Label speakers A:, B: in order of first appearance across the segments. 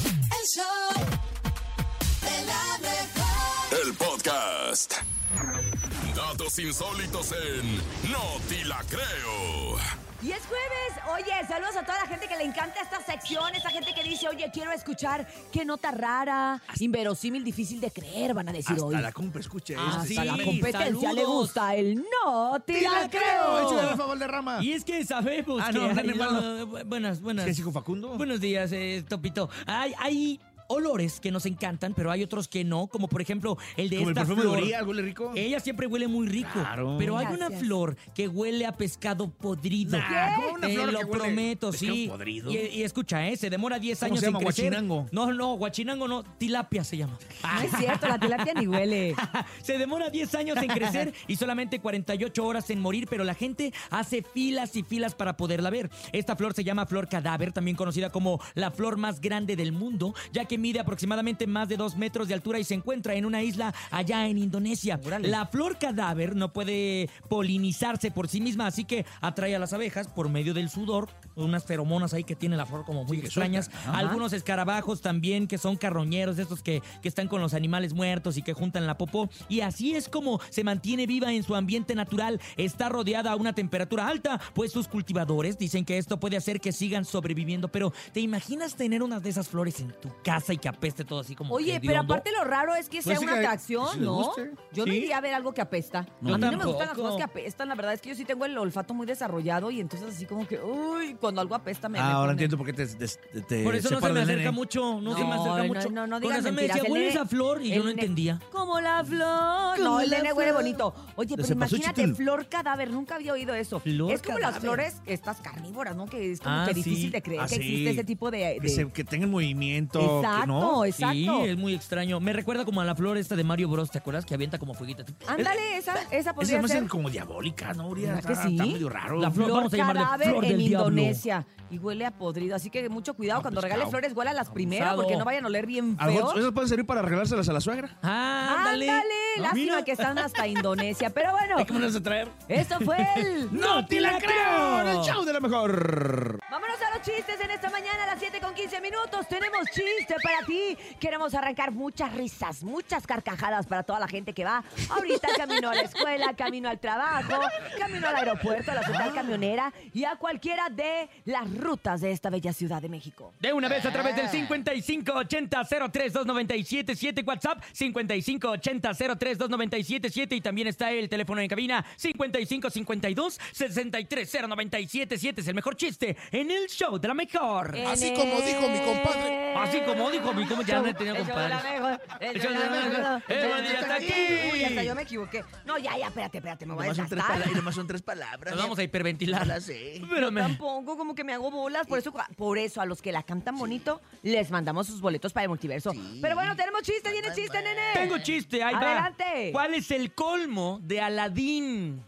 A: El show de la mejor.
B: El podcast. Datos insólitos en No Te La Creo.
C: Y es jueves. Oye, saludos a toda la gente que le encanta esta sección, esa gente que dice, oye, quiero escuchar qué nota rara, inverosímil, difícil de creer, van a decir
D: Hasta
C: hoy.
D: la compra, escuche.
E: Ah,
C: Hasta
E: sí,
C: la competencia
E: saludos.
C: le gusta el no te
D: ¡Sí
C: la
D: Échale a
C: creo.
D: favor de rama.
E: Y es que sabemos
D: Ah,
E: que
D: no,
E: hay-
D: René, bueno.
E: no, bu- buenas, buenas.
D: ¿Qué es hijo Facundo?
E: Buenos días, eh, Topito. Hay, hay olores que nos encantan, pero hay otros que no, como por ejemplo el de
D: Como el
E: esta
D: perfume
E: flor.
D: de Urias, huele rico.
E: Ella siempre huele muy rico,
D: Claro.
E: pero hay una
C: Gracias.
E: flor que huele a pescado podrido.
D: Nah, ¿Qué? ¿cómo una
E: Te
D: flor
E: lo
D: que huele
E: prometo,
D: pescado
E: sí.
D: podrido?
E: Y, y escucha, eh, se demora 10
D: ¿Cómo
E: años
D: se
E: en
D: llama?
E: crecer.
D: ¿Guachinango?
E: No, no, guachinango no, tilapia se llama.
C: No es cierto, la tilapia ni huele.
E: Se demora 10 años en crecer y solamente 48 horas en morir, pero la gente hace filas y filas para poderla ver. Esta flor se llama flor cadáver, también conocida como la flor más grande del mundo, ya que mide aproximadamente más de 2 metros de altura y se encuentra en una isla allá en Indonesia.
D: Órale.
E: La flor cadáver no puede polinizarse por sí misma, así que atrae a las abejas por medio del sudor, unas feromonas ahí que tiene la flor como muy
D: que
E: extrañas,
D: suelta.
E: algunos escarabajos también que son carroñeros, de estos que, que están con los animales muertos y que juntan la popó. Y así es como se mantiene viva en su ambiente natural. Está rodeada a una temperatura alta, pues sus cultivadores dicen que esto puede hacer que sigan sobreviviendo. Pero, ¿te imaginas tener una de esas flores en tu casa y que apeste todo así como
C: Oye,
E: que
C: pero
E: hediondo?
C: aparte lo raro es que sea
D: Pues sí
C: una
D: que-
C: atracción,
D: si les
C: ¿no?
D: guste.
C: Yo no
D: Sí.
C: iría a ver algo que apesta.
E: No,
C: a mí no me gustan las
E: tampoco.
C: cosas que apestan. La verdad es que yo sí tengo el olfato muy desarrollado y entonces así como que, uy, cuando algo apesta me. me
D: Ah, ahora
C: pone.
D: entiendo por qué te, te, te
F: Eh,
E: Por eso no se
D: separa
E: me
D: del
E: acerca
D: nene.
E: mucho, no, se me acerca mucho.
C: No, no, no
E: Con
C: digas
E: razón me
C: mentiras.
E: decía,
C: El
E: huele
C: nene-
E: esa flor y
C: el
E: yo no
C: nene-
E: entendía.
C: Como la flor.
D: Como
C: No, el
D: la
C: nene huele
D: flor.
C: bonito. Oye, pero
D: Cempasúchil.
C: imagínate, flor cadáver. Nunca había oído eso.
E: Flor
C: es como las
E: cadáver.
C: flores, estas carnívoras, ¿no? Que es como
E: Ah,
C: que
E: sí.
C: difícil de creer
D: Ah,
C: que
D: sí.
C: existe ese tipo de...
D: Que,
C: de-
D: se- que tengan movimiento.
C: Exacto,
D: que no.
C: exacto.
E: Sí, es muy extraño. Me recuerda como a la flor esta de Mario Bros, ¿te acuerdas? Que avienta como fueguita. eh,
C: Ándale, esa, esa podría
D: Esas me
C: ser.
D: hacen como diabólicas, ¿no, Urias?
C: ¿Verdad que
D: Está,
C: sí?
D: está medio raro.
E: La flor-
C: Flor
E: vamos a llamarle
C: cadáver
E: flor
C: en
E: del diablo.
C: Indonesia. Y huele a podrido. Así que mucho cuidado
D: No,
C: cuando
D: pues,
C: regales
D: cao.
C: flores, huele a las primeras
E: Abusado.
C: porque no vayan a oler bien
D: A lo mejor
C: feo.
D: esas pueden servir para regalárselas a la suegra.
E: Ah, ándale. Ah,
C: Lástima
E: mira.
C: que están hasta Indonesia. Pero bueno,
D: ¿Hay que ponerlas a traer?
C: esto fue el...
E: ¡No te la creo!
D: En el show de la mejor.
C: Vámonos a los chistes en esta mañana a las 7 con 15 minutos. Tenemos chiste para ti. Queremos arrancar muchas risas, muchas carcajadas para toda la gente que va ahorita camino a la escuela, camino al trabajo, camino al aeropuerto, a la central camionera y a cualquiera de las rutas de esta bella ciudad de México.
E: De una vez a través del 5580-032977 WhatsApp, 5580-032977 y también está el teléfono en cabina 5552-630977. Es el mejor chiste en el show de la mejor.
C: Así como dijo mi compadre.
E: Así como dijo mi compadre. Ya no he tenido compadres. Eh, bueno, ya está aquí.
C: Uy, hasta yo me equivoqué. No, ya, ya, espérate, espérate, me voy a desgastar.
D: pala- y nomás son tres palabras.
E: Nos vamos a hiperventilar.
D: Ya
C: ¿Eh?
D: sé.
E: Pero me...
C: Tampoco como que me hago bolas, por eso, por eso a los que la cantan bonito les mandamos sus boletos para el multiverso. Pero bueno, tenemos chiste, tiene chiste, nene.
E: Tengo chiste, ahí va.
C: Adelante.
E: ¿Cuál es el colmo de Aladín?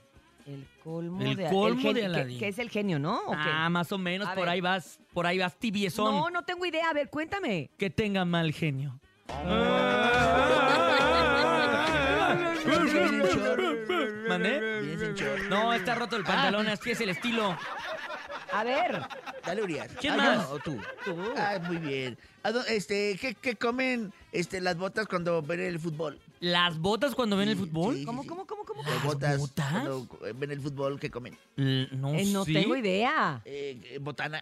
C: El colmo
E: El
C: de,
E: colmo
C: genio,
E: de
C: que-
E: Aladín.
C: Que, es el genio, ¿no? ¿O qué?
E: Ah, más o menos,
C: A
E: por
C: ver.
E: ahí vas, por ahí vas tibiezón.
C: no, no tengo idea. A ver, cuéntame.
E: Que tenga mal genio. ¿Mandé? No, está roto el pantalón, así es el estilo.
C: A ver.
G: Dale, Urias.
E: ¿Quién
G: Ah,
E: más?
G: yo, o tú. Ah, muy bien. ¿A dó- Este, ¿qué, qué comen este, las botas cuando ven el fútbol?
E: ¿Las botas cuando ven el fútbol?
G: Sí,
C: ¿Cómo,
G: sí.
C: cómo, cómo, cómo?
G: Las
E: ¿Las
G: botas,
E: botas?
G: cuando eh, ven el fútbol, ¿qué comen?
E: L- No,
C: Eh, no
E: sé.
C: tengo idea.
G: Eh, eh, botana.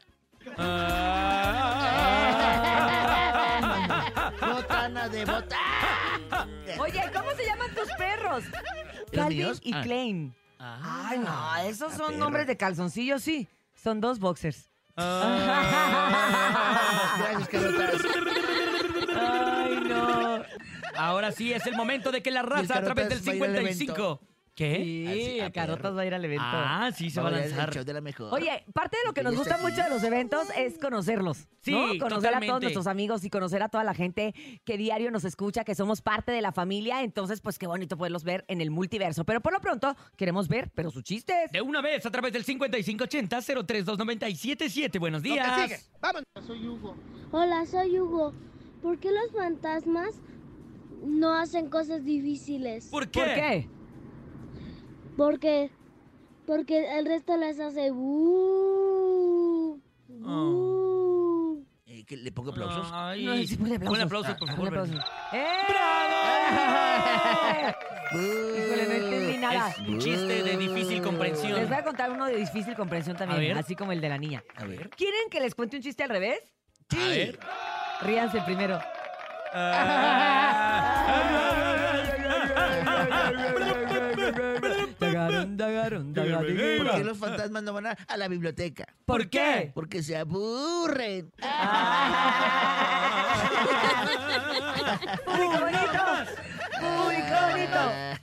G: botana de botana.
C: Oye, ¿cómo se llaman tus perros? Calvin
G: míos?
C: y
G: Ah.
C: Klein.
E: Ah.
C: Ay, no, esos
G: la
C: son
G: perra.
C: nombres de calzoncillos, sí. Son dos boxers.
E: Ah.
G: Gracias, Carlotas.
E: Ay, no. Ahora sí es el momento de que la raza a través del
G: Carotas va a ir al
E: 55. ¿Qué?
C: Sí,
G: Así, a
C: el Carrotas
G: perro.
C: va a ir al evento.
E: Ah, sí, se va a
G: Vamos, el
E: lanzar.
G: show de la mejor.
C: Oye, parte de lo que nos gusta mucho de los eventos es conocerlos.
E: Sí,
C: ¿no? Conocer a todos
E: totalmente.
C: nuestros amigos y conocer a toda la gente que diario nos escucha, que somos parte de la familia. Entonces, pues qué bonito poderlos ver en el multiverso. Pero por lo pronto, queremos ver, pero sus chistes.
E: De una vez a través del 5580-032977. Buenos días.
H: Hola, soy Hugo. ¿Por qué los fantasmas no hacen cosas difíciles?
E: ¿Por qué?
C: ¿Por qué?
H: Porque porque el resto las hace. "Bú,
E: Oh.
H: bú".
G: Eh, que le pongo aplausos?
E: Ay.
C: No, sí, ponle aplausos. Ah,
E: Pon aplausos, por
C: Ponle
E: favor.
C: aplausos.
E: Bernie.
C: ¡Eh! Híjole, no entendí nada.
E: Es un chiste de difícil
C: Les
E: comprensión.
C: voy a contar uno de difícil comprensión
E: A
C: también,
E: ver.
C: así como el de la niña.
G: A ver.
C: ¿Quieren que les cuente un chiste al revés?
E: A ver.
C: Ríanse primero. Dagarun, dagarun, dagarun.
G: ¿Por qué los fantasmas no van a, a la biblioteca?
C: ¿Por qué?
G: Porque se aburren.
E: Ah.
C: ¡Público bonito! ¡Público bonito!
G: Ah,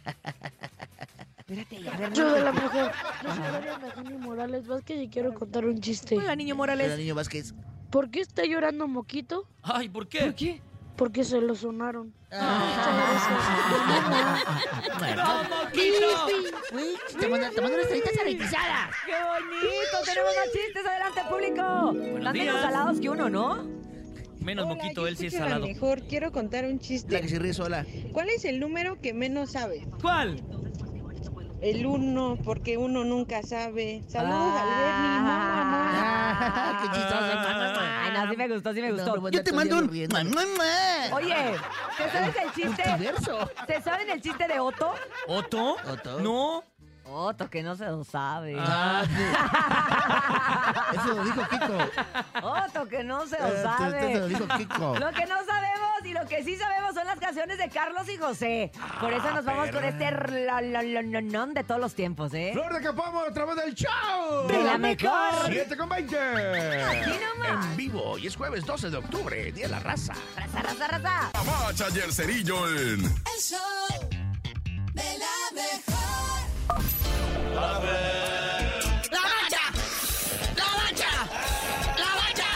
C: Espérate, a ver.
H: Yo de la mejor. Yo soy Gloria Najani Morales Vázquez y quiero contar un chiste.
C: Hola, niño
G: Pero
C: Morales.
G: niño Vázquez.
H: ¿Por qué está llorando Moquito?
E: Ay, ¿por qué?
C: ¿Qué?
H: Porque se lo sonaron.
E: ¡No, moquito!
G: Uy, te mandan te mandan unas taritas ralentizadas.
C: ¡Qué bonito! Tenemos más chistes. Adelante, público. Están menos
E: días.
C: salados que uno, ¿no?
E: Menos
I: Hola,
E: moquito,
I: yo
E: él sí es
I: escucho la
E: salado.
I: Mejor quiero contar un
G: La que
I: chiste.
G: se ríe sola.
I: ¿Cuál es el número que menos sabe?
E: ¿Cuál?
I: El uno, porque uno nunca sabe. Saludos al Bernie, mamá, mamá.
C: Ah.
G: Ah, qué chistosa, mamá, mamá.
C: Ay, no, sí me gustó, sí me gustó.
G: No, no, Yo te mando un mamá, mamá.
C: Oye, ¿te sabes el chiste?
G: Multiverso.
C: ¿Te saben el chiste de Otto?
E: ¿Otto?
G: Otto.
E: No. Ah.
C: Otto, que no se lo sabe.
G: Ah, Eso lo dijo Kiko.
C: Otto, que no se lo
G: Eh, te- te- te lo
C: sabe.
G: dijo Kiko.
C: Lo que no sabemos y lo que sí sabemos son las canciones de Carlos y José. Por eso nos vamos con este lalalalanón de todos los tiempos, ¿eh?
D: Flor de Capomo, otra vez del show.
C: De la mejor.
D: 7 con 20.
C: Aquí nomás.
D: En vivo, y es jueves 12 de octubre, Día de la Raza.
C: Raza, raza, raza.
B: La bacha y el cerillo en
A: El show de la mejor.
J: La mancha, la mancha, la mancha,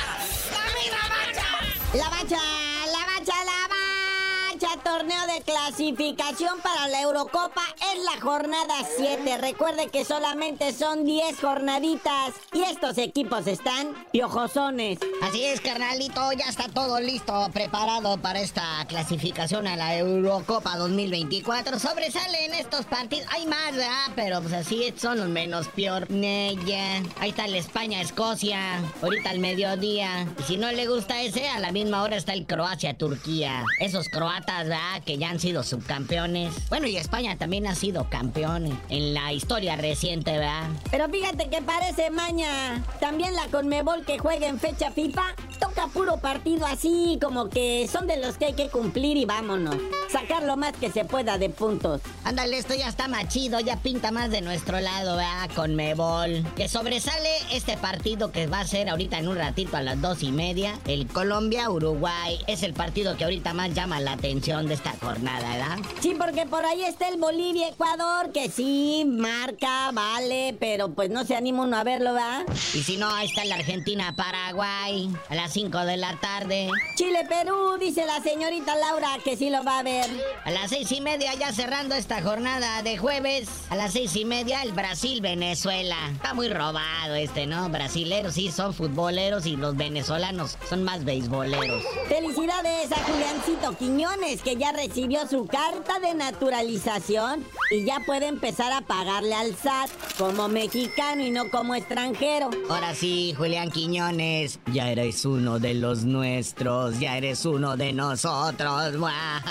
J: la misma mancha. La mancha, la mancha, la mancha. Torneo de clasificación para la Eurocopa es la jornada 7. Recuerde que solamente son 10 jornaditas y estos equipos están piojosones.
K: Así es, carnalito, ya está todo listo, preparado para esta clasificación a la Eurocopa 2024. Sobresalen estos partidos, hay más, ¿verdad? Pero pues así son los menos peor. Ne, ya. Ahí está el España-Escocia, ahorita al mediodía. Y si no le gusta ese, a la misma hora está el Croacia-Turquía. Esos croatas, ¿verdad? Que ya han sido subcampeones. Bueno, y España también ha sido campeón en la historia reciente, ¿verdad?
J: Pero fíjate que parece maña. También la Conmebol que juega en fecha FIFA toca puro partido así, como que son de los que hay que cumplir y vámonos. Sacar lo más que se pueda de puntos.
K: Ándale, esto ya está más chido, ya pinta más de nuestro lado, ¿verdad? Con Mebol. Que sobresale este partido que va a ser ahorita en un ratito a las dos y media. El Colombia-Uruguay. Es el partido que ahorita más llama la atención de esta jornada, ¿verdad?
J: Sí, porque por ahí está el Bolivia-Ecuador, que sí, marca, vale, pero pues no se anima uno a verlo, ¿verdad?
K: Y si no, ahí está la Argentina-Paraguay. A las 5 de la tarde.
J: Chile-Perú, dice la señorita Laura, que sí lo va a ver.
K: A las seis y media, ya cerrando esta jornada de jueves. A las seis y media, el Brasil-Venezuela. Está muy robado este, ¿no? Brasileros sí son futboleros y los venezolanos son más beisboleros.
J: Felicidades a Juliancito Quiñones, que ya recibió su carta de naturalización y ya puede empezar a pagarle al SAT como mexicano y no como extranjero.
K: Ahora sí, Julián Quiñones, ya eres uno de los nuestros, ya eres uno de nosotros.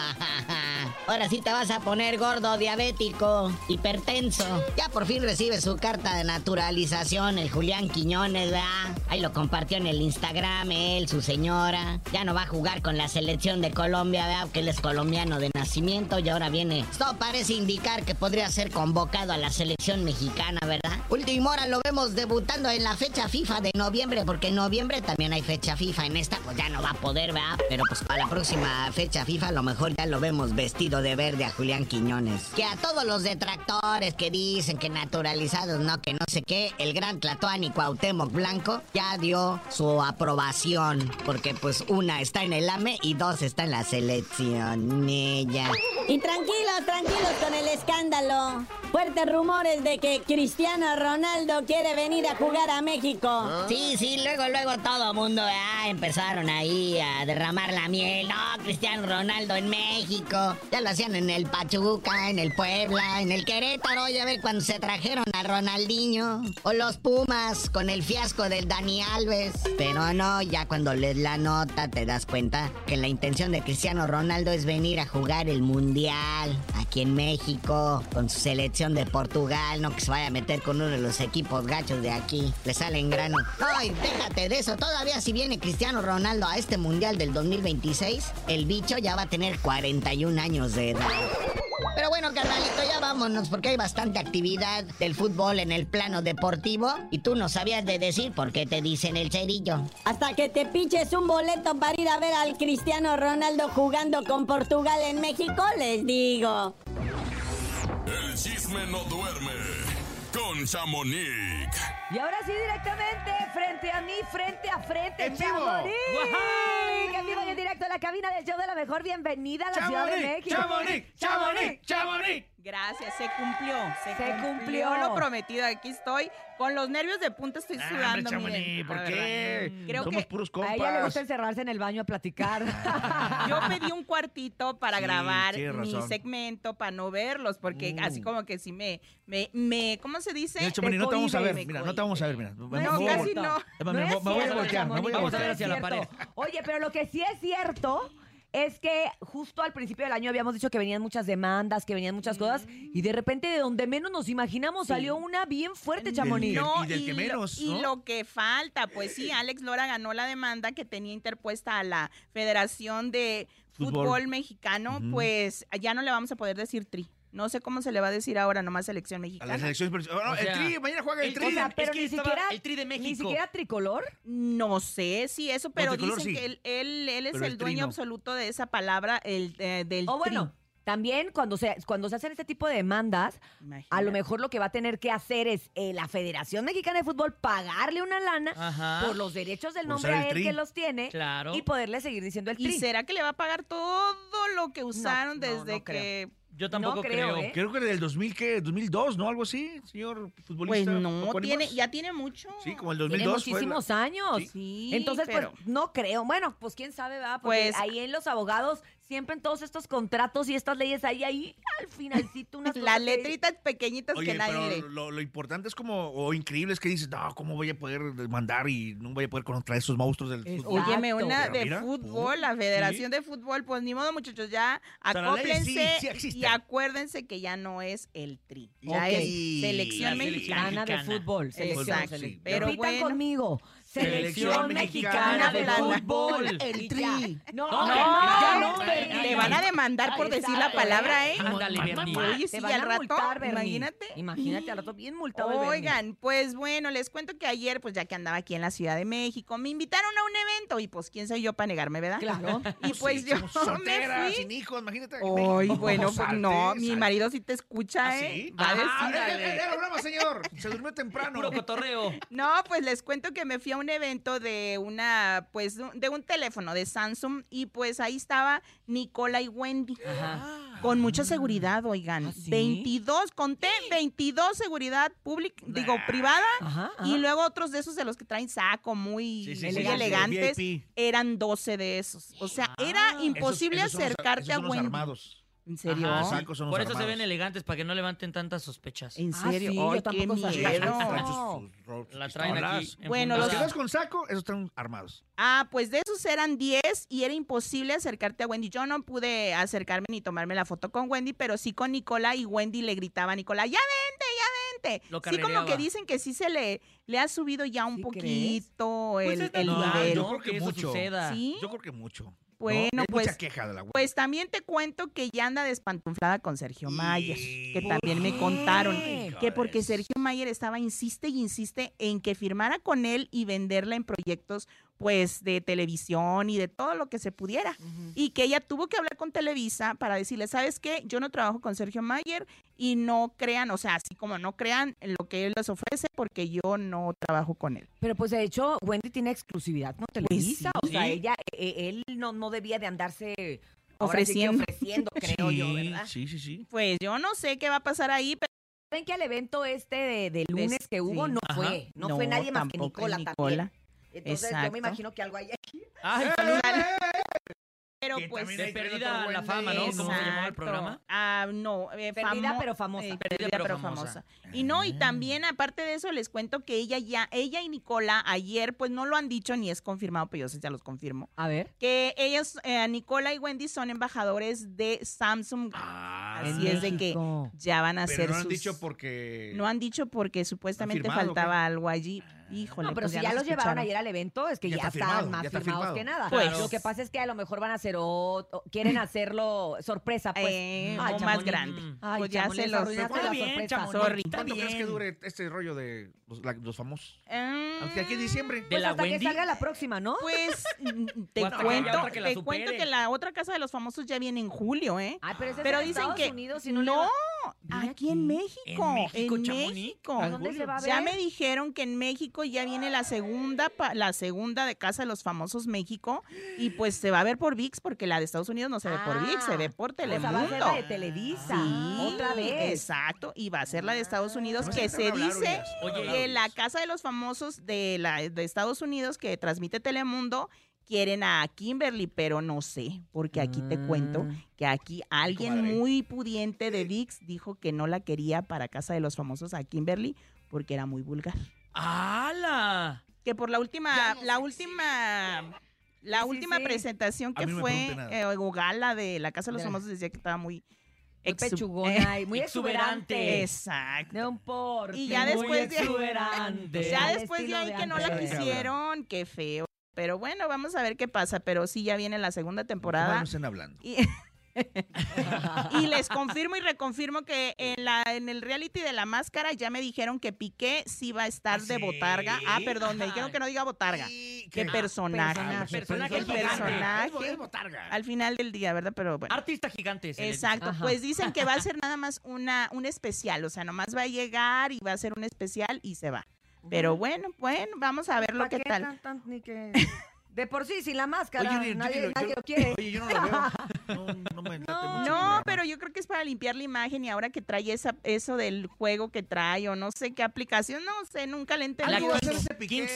K: Guajajaja. Ahora sí te vas a poner gordo, diabético, hipertenso. Ya por fin recibe su carta de naturalización el Julián Quiñones, ¿verdad? Ahí lo compartió en el Instagram él, su señora. Ya no va a jugar con la selección de Colombia, ¿verdad? Que él es colombiano de nacimiento y ahora viene. Esto parece indicar que podría ser convocado a la selección mexicana, ¿verdad? Última hora lo vemos debutando en la fecha FIFA de noviembre, porque en noviembre también hay fecha FIFA. En esta, pues ya no va a poder, ¿verdad? Pero pues para la próxima fecha FIFA, a lo mejor ya lo vemos vestido de verde a Julián Quiñones. Que a todos los detractores que dicen que naturalizados, no, que no sé qué, el gran Tlatoani Cuauhtémoc Blanco ya dio su aprobación. Porque pues una está en el AME y dos está en la selección. Ella.
J: Y tranquilos, tranquilos con el escándalo. Fuertes rumores de que Cristiano Ronaldo quiere venir a jugar a México.
K: Sí, sí, luego, luego todo mundo, ¿verdad? ya empezaron ahí a derramar la miel. No, Cristiano Ronaldo en México. Ya lo hacían en el Pachuca, en el Puebla, en el Querétaro. Ya ver cuando se trajeron a Ronaldinho. O los Pumas con el fiasco del Dani Alves. Pero no, ya cuando lees la nota te das cuenta que la intención de Cristiano Ronaldo es venir a jugar el Mundial aquí en México con su selección de Portugal. No que se vaya a meter con uno de los equipos gachos de aquí. Le sale en grano. ¡Ay, déjate de eso! Todavía si viene Cristiano Ronaldo a este Mundial del 2026, el bicho ya va a tener 41 años de edad. Pero bueno, carnalito, ya vámonos porque hay bastante actividad del fútbol en el plano deportivo y tú no sabías de decir por qué te dicen el cerillo.
J: Hasta que te piches un boleto para ir a ver al Cristiano Ronaldo jugando con Portugal en México, les digo.
B: El chisme no duerme con Chamonix.
C: Y ahora sí, directamente, frente a mí, frente a frente,
B: ¡En vivo!
C: Chamonix.
B: ¡Guau!
C: En vivo y en directo a la cabina del show de la mejor. Bienvenida a la Ciudad de México.
L: Gracias, se cumplió. Se,
C: Se
L: cumplió.
C: cumplió.
L: lo prometido. Aquí estoy. Con los nervios de punta estoy
C: Ah,
L: sudando.
C: hombre,
L: miren,
C: Chamonix, ¿por
L: la
C: qué?
L: verdad. Mm. Creo
C: Somos
L: que
C: puros A ella le gusta encerrarse en el baño a platicar.
L: yo pedí un cuartito para
C: Sí,
L: grabar
C: tienes
L: mi
C: razón.
L: segmento, para no verlos, porque
C: Uh.
L: así como que sí me, me, me- ¿cómo se dice?
F: Mm. Mira, Chamonix, no te vamos a ver.
L: Me
F: Mira, no
L: cohíbe.
F: te vamos a ver. Mira. Me
L: es
F: voy a
L: cierto.
F: voltear.
L: No
F: Me voy-
L: es
F: me voy a
L: cierto,
F: voltear. Me voy a
L: Chamonix,
F: voltear
C: Es cierto. Oye, pero lo que sí es cierto es que justo al principio del año habíamos dicho que venían muchas demandas, que venían muchas cosas, y de repente de donde menos nos imaginamos salió una bien fuerte, Chamonix.
L: No, lo, y lo que falta, pues sí, Alex Lora ganó la demanda que tenía interpuesta a la Federación de Fútbol,
M: Fútbol.
L: Mexicano,
M: Ujú.
L: pues ya no le vamos a poder decir tri. No sé cómo se le va a decir ahora, nomás
F: A
L: selección mexicana.
F: la selección. Bueno, el tri, mañana juega el tri.
C: tricolor?
L: No sé, sí, eso, pero
F: tricolor
L: dicen
F: sí.
L: que él, él- él es
C: Pero
L: el,
C: el tri
L: dueño
C: no.
L: absoluto de esa palabra, el eh, del
C: O
L: tri.
C: bueno, también cuando se, cuando se hacen este tipo de demandas, a lo mejor lo que va a tener que hacer es eh, la Federación Mexicana de Fútbol pagarle una lana
L: Ajá.
C: por los derechos del
L: Por
C: nombre
L: usar
C: a
L: el
C: él
L: tri.
C: que los tiene
L: Claro.
C: y poderle seguir diciendo el
L: ¿Y
C: tri.
L: será que le va a pagar todo lo que usaron
C: no,
L: eh, desde
C: no creo.
L: que...
E: Yo
L: tampoco creo, creo. ¿eh?
F: Creo que del 2000, ¿qué? 2002, ¿no? Algo así, señor
L: Pues
F: futbolista.
L: no,
F: Poco
L: tiene,
F: animas.
L: ya tiene mucho.
F: Sí, como el
C: Tiene
F: 2002. fue la-
C: muchísimos años.
L: Sí,
C: Entonces,
L: pero-
C: pues, no creo. Bueno, pues quién sabe, va. Porque
L: Pues-
C: ahí en los abogados, siempre en todos estos contratos y estas leyes, ahí, ahí, al finalcito, unas cosas
L: Las
C: que-
L: letritas pequeñitas
F: Oye,
L: que nadie
F: pero
L: lee.
F: Lo, lo importante es como, o increíble es que dices, no, ¿cómo voy a poder mandar y no voy a poder contra esos monstruos del fútbol?
L: Óyeme, una
F: Pero
L: de
F: mira,
L: fútbol, la Federación de Fútbol, pues ni modo, muchachos, ya
F: sea, la ley sí,
L: acóplense
F: sí existe.
L: y acuérdense que ya no es el tri, ya
C: Ok.
L: es selección
C: La
L: mexicana
C: de fútbol.
F: Pues,
C: selección,
L: Exacto.
C: selección.
L: Pero
C: Repitan
L: bueno.
C: conmigo.
L: Selección
C: Selección mexicana de
L: mexicana de
C: fútbol.
L: fútbol. El
C: Y ya.
L: tri.
C: No,
L: No,
C: no,
L: ya
C: no,
L: no,
C: Bernie.
L: te van a demandar por
C: Ahí
L: decir
C: está,
L: la palabra, ¿eh?
C: Ándale, Bernie.
L: Oye,
C: Te
L: sí,
C: van
L: al
C: a
L: rato,
C: multar, Bernie.
L: imagínate.
C: Imagínate, al rato bien multado el Bernie.
L: Oigan, pues bueno, les cuento que ayer, pues ya que andaba aquí en la Ciudad de México, me invitaron a un evento y pues quién soy yo para negarme, ¿verdad?
C: Claro.
L: Y pues yo
F: somos solteras,
L: me fui.
F: sin hijos, imagínate.
L: Ay, bueno, pues
F: Salte,
L: no, mi
F: salte.
L: marido sí te escucha,
F: ¿Ah,
L: ¿eh?
F: sí?
L: Va a
F: Ah,
L: decir,
F: eh, eh, era broma, señor. Se durmió temprano. Puro
E: cotorreo.
L: No, pues les cuento que me fui a un evento de una, pues, de un- de un teléfono de Samsung y pues ahí estaba Nicola y Wendy. Con mucha seguridad, oigan.
F: ¿Ah,
L: 22, conté 22 seguridad pública, digo, privada. Y luego otros de esos de los que traen saco muy,
M: Sí, sí,
L: muy
M: sí, sí, sí,
L: elegantes.
M: VIP.
L: Eran 12 de esos. O sea, era imposible
F: Ah. esos son los ar-
L: acercarte
F: esos son
L: a
F: los
L: Wendy.
F: armados.
L: ¿En
E: Ajá,
L: serio?
F: Los
E: Ah, sí.
F: sacos son los
E: Por eso se
F: armados.
E: ven elegantes, para que no levanten tantas sospechas.
L: ¿En
F: Ah, serio? sí, yo
L: Ay, qué
F: tampoco sabía
L: miedo.
F: eso. Traen
E: La traen aquí.
F: Pistolas.
L: Bueno,
F: los
L: los-
F: que vas con saco, esos están armados.
L: Ah, pues de esos eran 10 y era imposible acercarte a Wendy. Yo no pude acercarme ni tomarme la foto con Wendy, pero sí con Nicola y Wendy le gritaba a Nicola, ya vente, ya vente.
E: Lo
L: sí como
E: carrereaba.
L: que dicen que sí se le, le ha subido ya un poquito
F: Pues
L: el,
F: es
L: el
F: natural,
L: nivel.
F: Yo creo que, mucho.
L: ¿Sí?
F: Yo creo que mucho. ¿no?
L: Bueno,
F: Hay
L: pues-
F: mucha queja de la güey.
L: Pues también te cuento que ya anda despantunflada con Sergio Mayer, que también me contaron que porque Sergio Mayer estaba insiste y insiste en que firmara con él y venderla en proyectos pues de televisión y de todo lo que se pudiera. Y que ella tuvo que hablar con Televisa para decirle, ¿sabes qué? Yo no trabajo con Sergio Mayer y no crean, o sea, así como no crean lo que él les ofrece porque yo no trabajo con él.
C: Pero pues de hecho, Wendy tiene exclusividad con Televisa.
L: Pues sí.
C: O sea,
L: Sí.
C: ella, eh, él no, no debía de andarse ahora sí que
L: Ofreciendo.
C: ofreciendo, creo yo, ¿verdad?
F: Sí, sí, sí.
L: Pues yo no sé qué va a pasar ahí, pero...
C: Saben que al evento este de, de lunes que hubo
L: Sí.
C: no
L: Ajá.
C: fue, no, fue nadie más que
L: tampoco
C: Nicola,
L: es
C: también.
L: Nicola.
C: Entonces yo
L: Exacto.
C: me imagino que algo hay aquí.
L: Ay, Pero
E: Que
L: pues.
E: también hay De perdida otro buen la fama, ¿no? ¿Cómo se llamaba el
L: Exacto.
E: programa?
L: Ah, no. eh,
C: Perdida,
L: famo-
C: pero famosa.
L: eh,
E: Perdida,
L: perdida,
E: pero
L: pero,
E: famosa.
L: famosa. Y no, y también, aparte de eso, les cuento que ella ya, ella y Nicola ayer, pues no lo han dicho ni es confirmado, pero yo sí ya los confirmo.
C: A ver.
L: Que ellos, eh, Nicola y Wendy, son embajadores de Samsung. Así
F: en
L: es de que
F: México.
L: ya van
F: Ah,
L: a
F: Pero
L: ser
F: no han
L: sus-
F: dicho porque...
L: No han dicho porque supuestamente
F: firmado,
L: faltaba algo allí. Híjole.
C: No, pero
L: pues
C: si ya
L: nos
C: los llevaron
L: escucharon.
C: ayer al evento, es que
L: Ya
C: ya,
L: está
C: están
L: firmado,
C: más
L: ya está
C: firmados
L: firmado.
C: que nada.
L: Pues.
C: Lo que pasa es que a lo mejor van a hacer otro, quieren hacerlo sorpresa, pues.
L: Eh,
C: Ay,
L: o
C: Chamonix.
L: más
E: Mm.
L: grande.
C: Ay,
L: Pues ya
C: Chamonix,
L: se los-
C: arruinaste
L: Está
C: la
L: bien,
C: sorpresa.
L: Chamonix, Sorry. está
F: ¿Cuánto crees
L: bien.
E: eh,
F: que dure este rollo de los, la- los famosos?
L: Mm,
F: Aquí en diciembre.
C: Pues hasta que salga la próxima, ¿no?
L: Pues te
F: Otra que-
L: cuento,
F: otra que la
L: te
F: supere.
L: cuento que la otra casa de los famosos ya viene en julio, ¿eh?
C: Ay, pero ese es
L: Pero
C: en
L: dicen
C: Estados
L: que
C: Unidos y no
L: no,
C: le va-
L: aquí en México,
E: México,
L: en
E: Chamonix.
L: México.
E: ¿A dónde se va a
L: Ya
E: ver?
L: me dijeron que en México ya viene la segunda, pa- la segunda de casa de los famosos México y pues se va a ver por VIX porque la de Estados Unidos no se ve por VIX, se ve por
C: Ah, O
L: Telemundo.
C: sea, va a ser la de Televisa. Otra vez.
L: Exacto, y va a ser la de Estados Unidos,
C: No,
L: que
C: sí, te
L: se
C: van a hablar,
L: dice
C: Urias.
E: Oye,
L: que la Casa de los Famosos de, la, de Estados Unidos, que transmite Telemundo, quieren a Kimberly, pero no sé, porque aquí
C: Mm.
L: te cuento que aquí alguien muy pudiente de VIX dijo que no la quería para Casa de los Famosos a Kimberly porque era muy vulgar.
E: ¡Hala!
L: Que por la última, la última... La
E: Sí, sí,
L: última
E: sí.
L: presentación
E: A
L: que
E: mí no me
L: fue
E: pregunten
L: eh, o gala de la Casa de los
C: De la-
L: Famosos decía que estaba muy,
C: Muy
L: exu-
C: pechugona y muy eh, exuberante.
L: Exacto.
C: No importa.
L: Y ya después de
C: exuberante.
L: Ya
C: Al
L: después de
C: estilo
L: ahí que no la
C: antes.
L: quisieron, qué feo. Pero bueno, vamos a ver qué pasa, pero sí ya viene la segunda
F: Ojalá
L: temporada.
F: no estén hablando.
L: Y, y les confirmo y reconfirmo que en la en el reality de la máscara ya me dijeron que Piqué sí va a estar de botarga. Ah, perdón, me dijeron que no diga botarga.
E: ¿qué?
L: Qué
E: Ah,
L: personaje. pues,
E: personaje, personaje
L: Qué
E: gigante.
L: personaje. Al final del día, ¿verdad? Pero bueno.
E: Artista gigante. se le dice.
L: Exacto, pues dicen que va a ser nada más una, un especial, o sea, nomás va a llegar y va a ser un especial y se va. Pero bueno, bueno, vamos a ver lo
C: ¿Para
L: que
C: qué
L: tal.
C: tan- tan- ni que- De por sí, sin la máscara.
L: Oye, yo- yo-
C: nadie,
L: yo-
C: nadie
L: yo-
C: lo quiere.
L: oye, yo no lo veo.
F: No me
L: No, pero yo creo que es para limpiar la imagen y ahora que trae esa, eso del juego que trae o no sé qué aplicación, no sé, nunca le entendí.
F: Algo va a hacer ese Piqué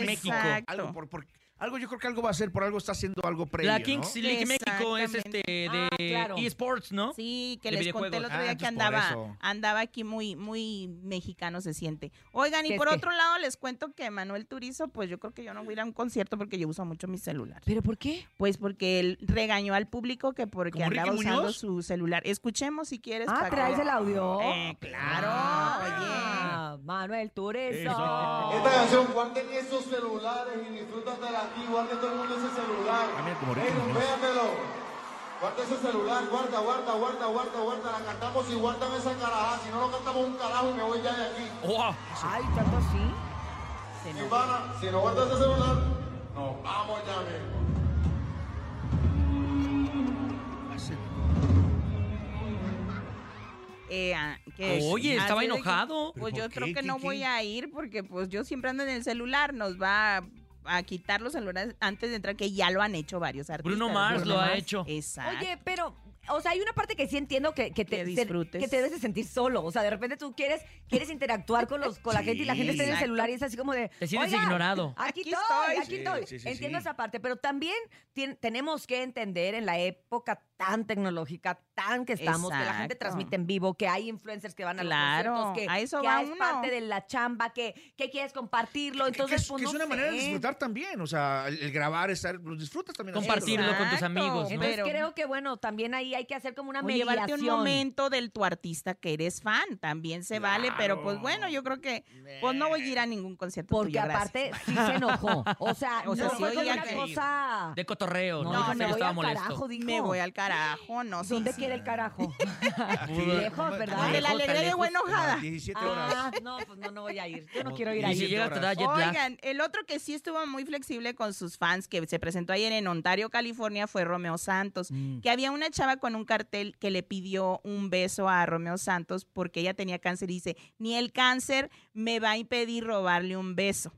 F: en México.
L: Exacto.
F: Algo, por, por- algo, yo creo que algo va a hacer, por algo está haciendo algo previo,
E: La Kings
F: ¿no?
E: League México es este de
L: Ah, claro.
E: eSports, ¿no?
L: Sí, que
E: De
L: les conté el
E: videojuegos.
L: otro día
E: Ah,
L: que
E: entonces por
L: andaba,
E: eso.
L: andaba aquí muy, muy mexicano se siente. Oigan,
C: ¿Qué
L: y
C: es
L: por
C: qué?
L: otro lado les cuento que Manuel Turizo, pues yo creo que yo no voy a ir a un concierto porque yo uso mucho mi celular.
C: ¿Pero por qué?
L: Pues porque él regañó al público que porque
C: ¿Como
L: andaba
C: Ricky
L: usando
C: Muñoz?
L: su celular. Escuchemos si quieres.
C: Ah,
L: para que-
C: traes el audio.
L: Eh, claro,
C: Ah, Manuel Turizo.
N: Esta canción, guarden esos celulares y disfrútatela aquí, guarden todo el mundo ese celular.
F: Ah, como Ricky
N: Ey,
F: Muñoz.
L: pues,
N: véatelo. Guarda ese celular, guarda, guarda, guarda, guarda, guarda. La cantamos y guardan esa carajada. Si no lo cantamos un carajo y me voy ya de aquí.
C: Ay, tanto así.
N: Mi pana, si no guardas ese celular, nos vamos ya mismo.
L: Eh, ah, que-
E: Oye,
L: así
E: estaba
L: de que,
E: enojado.
L: Pues
E: ¿Pero
L: yo
E: por
L: creo
E: qué?
L: que
E: ¿Qué,
L: no
E: qué?
L: voy a ir porque pues yo siempre ando en el celular, nos va a, a quitar los celulares antes de entrar, que ya lo han hecho varios artistas.
E: Bruno Mars lo ha hecho.
L: Exacto.
C: Oye, pero, o sea, hay una parte que sí entiendo que, que te
L: Que
C: se-
L: disfrutes.
C: que te debes de sentir solo. O sea, de repente tú quieres, quieres interactuar con los, con la gente y la
E: Sí.
C: gente está en el
E: Exacto.
C: celular y es así como de.
E: Te sientes
C: "Oigan,
E: ignorado".
C: Aquí,
L: Aquí
C: estoy,
L: estoy.
C: aquí
L: Sí,
C: estoy.
L: sí, sí,
C: entiendo
L: sí.
C: esa parte, pero también tien- tenemos que entender en la época tan tecnológica, tan que estamos, que la gente
L: Exacto.
C: transmite en vivo, que hay influencers que van a
L: Claro,
C: los conciertos, que,
L: a eso
C: que
L: va
C: es
L: uno.
C: parte de la chamba, que, que quieres compartirlo.
F: Que- que
C: Entonces,
F: es,
C: pues,
F: que es
C: no
F: una manera de
C: sé.
F: disfrutar también, o sea, el, el grabar, estar, lo disfrutas también.
E: Compartirlo
F: haciéndolo.
E: con tus amigos, ¿no?
C: Entonces
L: pero-
C: creo que bueno, también ahí hay que hacer como una
L: O llevarte un
C: mediación.
L: momento del tu artista que eres fan, también se vale, pero pues bueno, yo creo que pues no voy a ir a ningún concierto
C: Porque
L: tuyo, gracias.
C: aparte sí se enojó. O sea,
L: O sea,
C: no
L: sí,
C: fue
L: oye,
C: como
L: ya
C: una
L: que-
C: cosa.
E: De cotorreo, ¿no?
C: No,
E: Dijo
C: me
E: que
C: voy
E: estaba
C: al
E: molesto.
C: carajo, dijo.
L: Me voy al carajo, no sé.
C: ¿Dónde quiere el carajo?
E: Lejos,
C: ¿verdad?
L: De la alegría de buena enojada.
C: Ah, no, pues no, no voy a ir. Yo no quiero ir
E: Y
C: ahí.
E: si llega te da jet lag.
L: Oigan, el otro que sí estuvo muy flexible con sus fans, que se presentó ayer en Ontario, California, fue Romeo Santos, que había una chava con un cartel que le pidió un beso a Romeo Santos porque ella tenía cáncer y dice, ni el cáncer me va a impedir robarle un beso.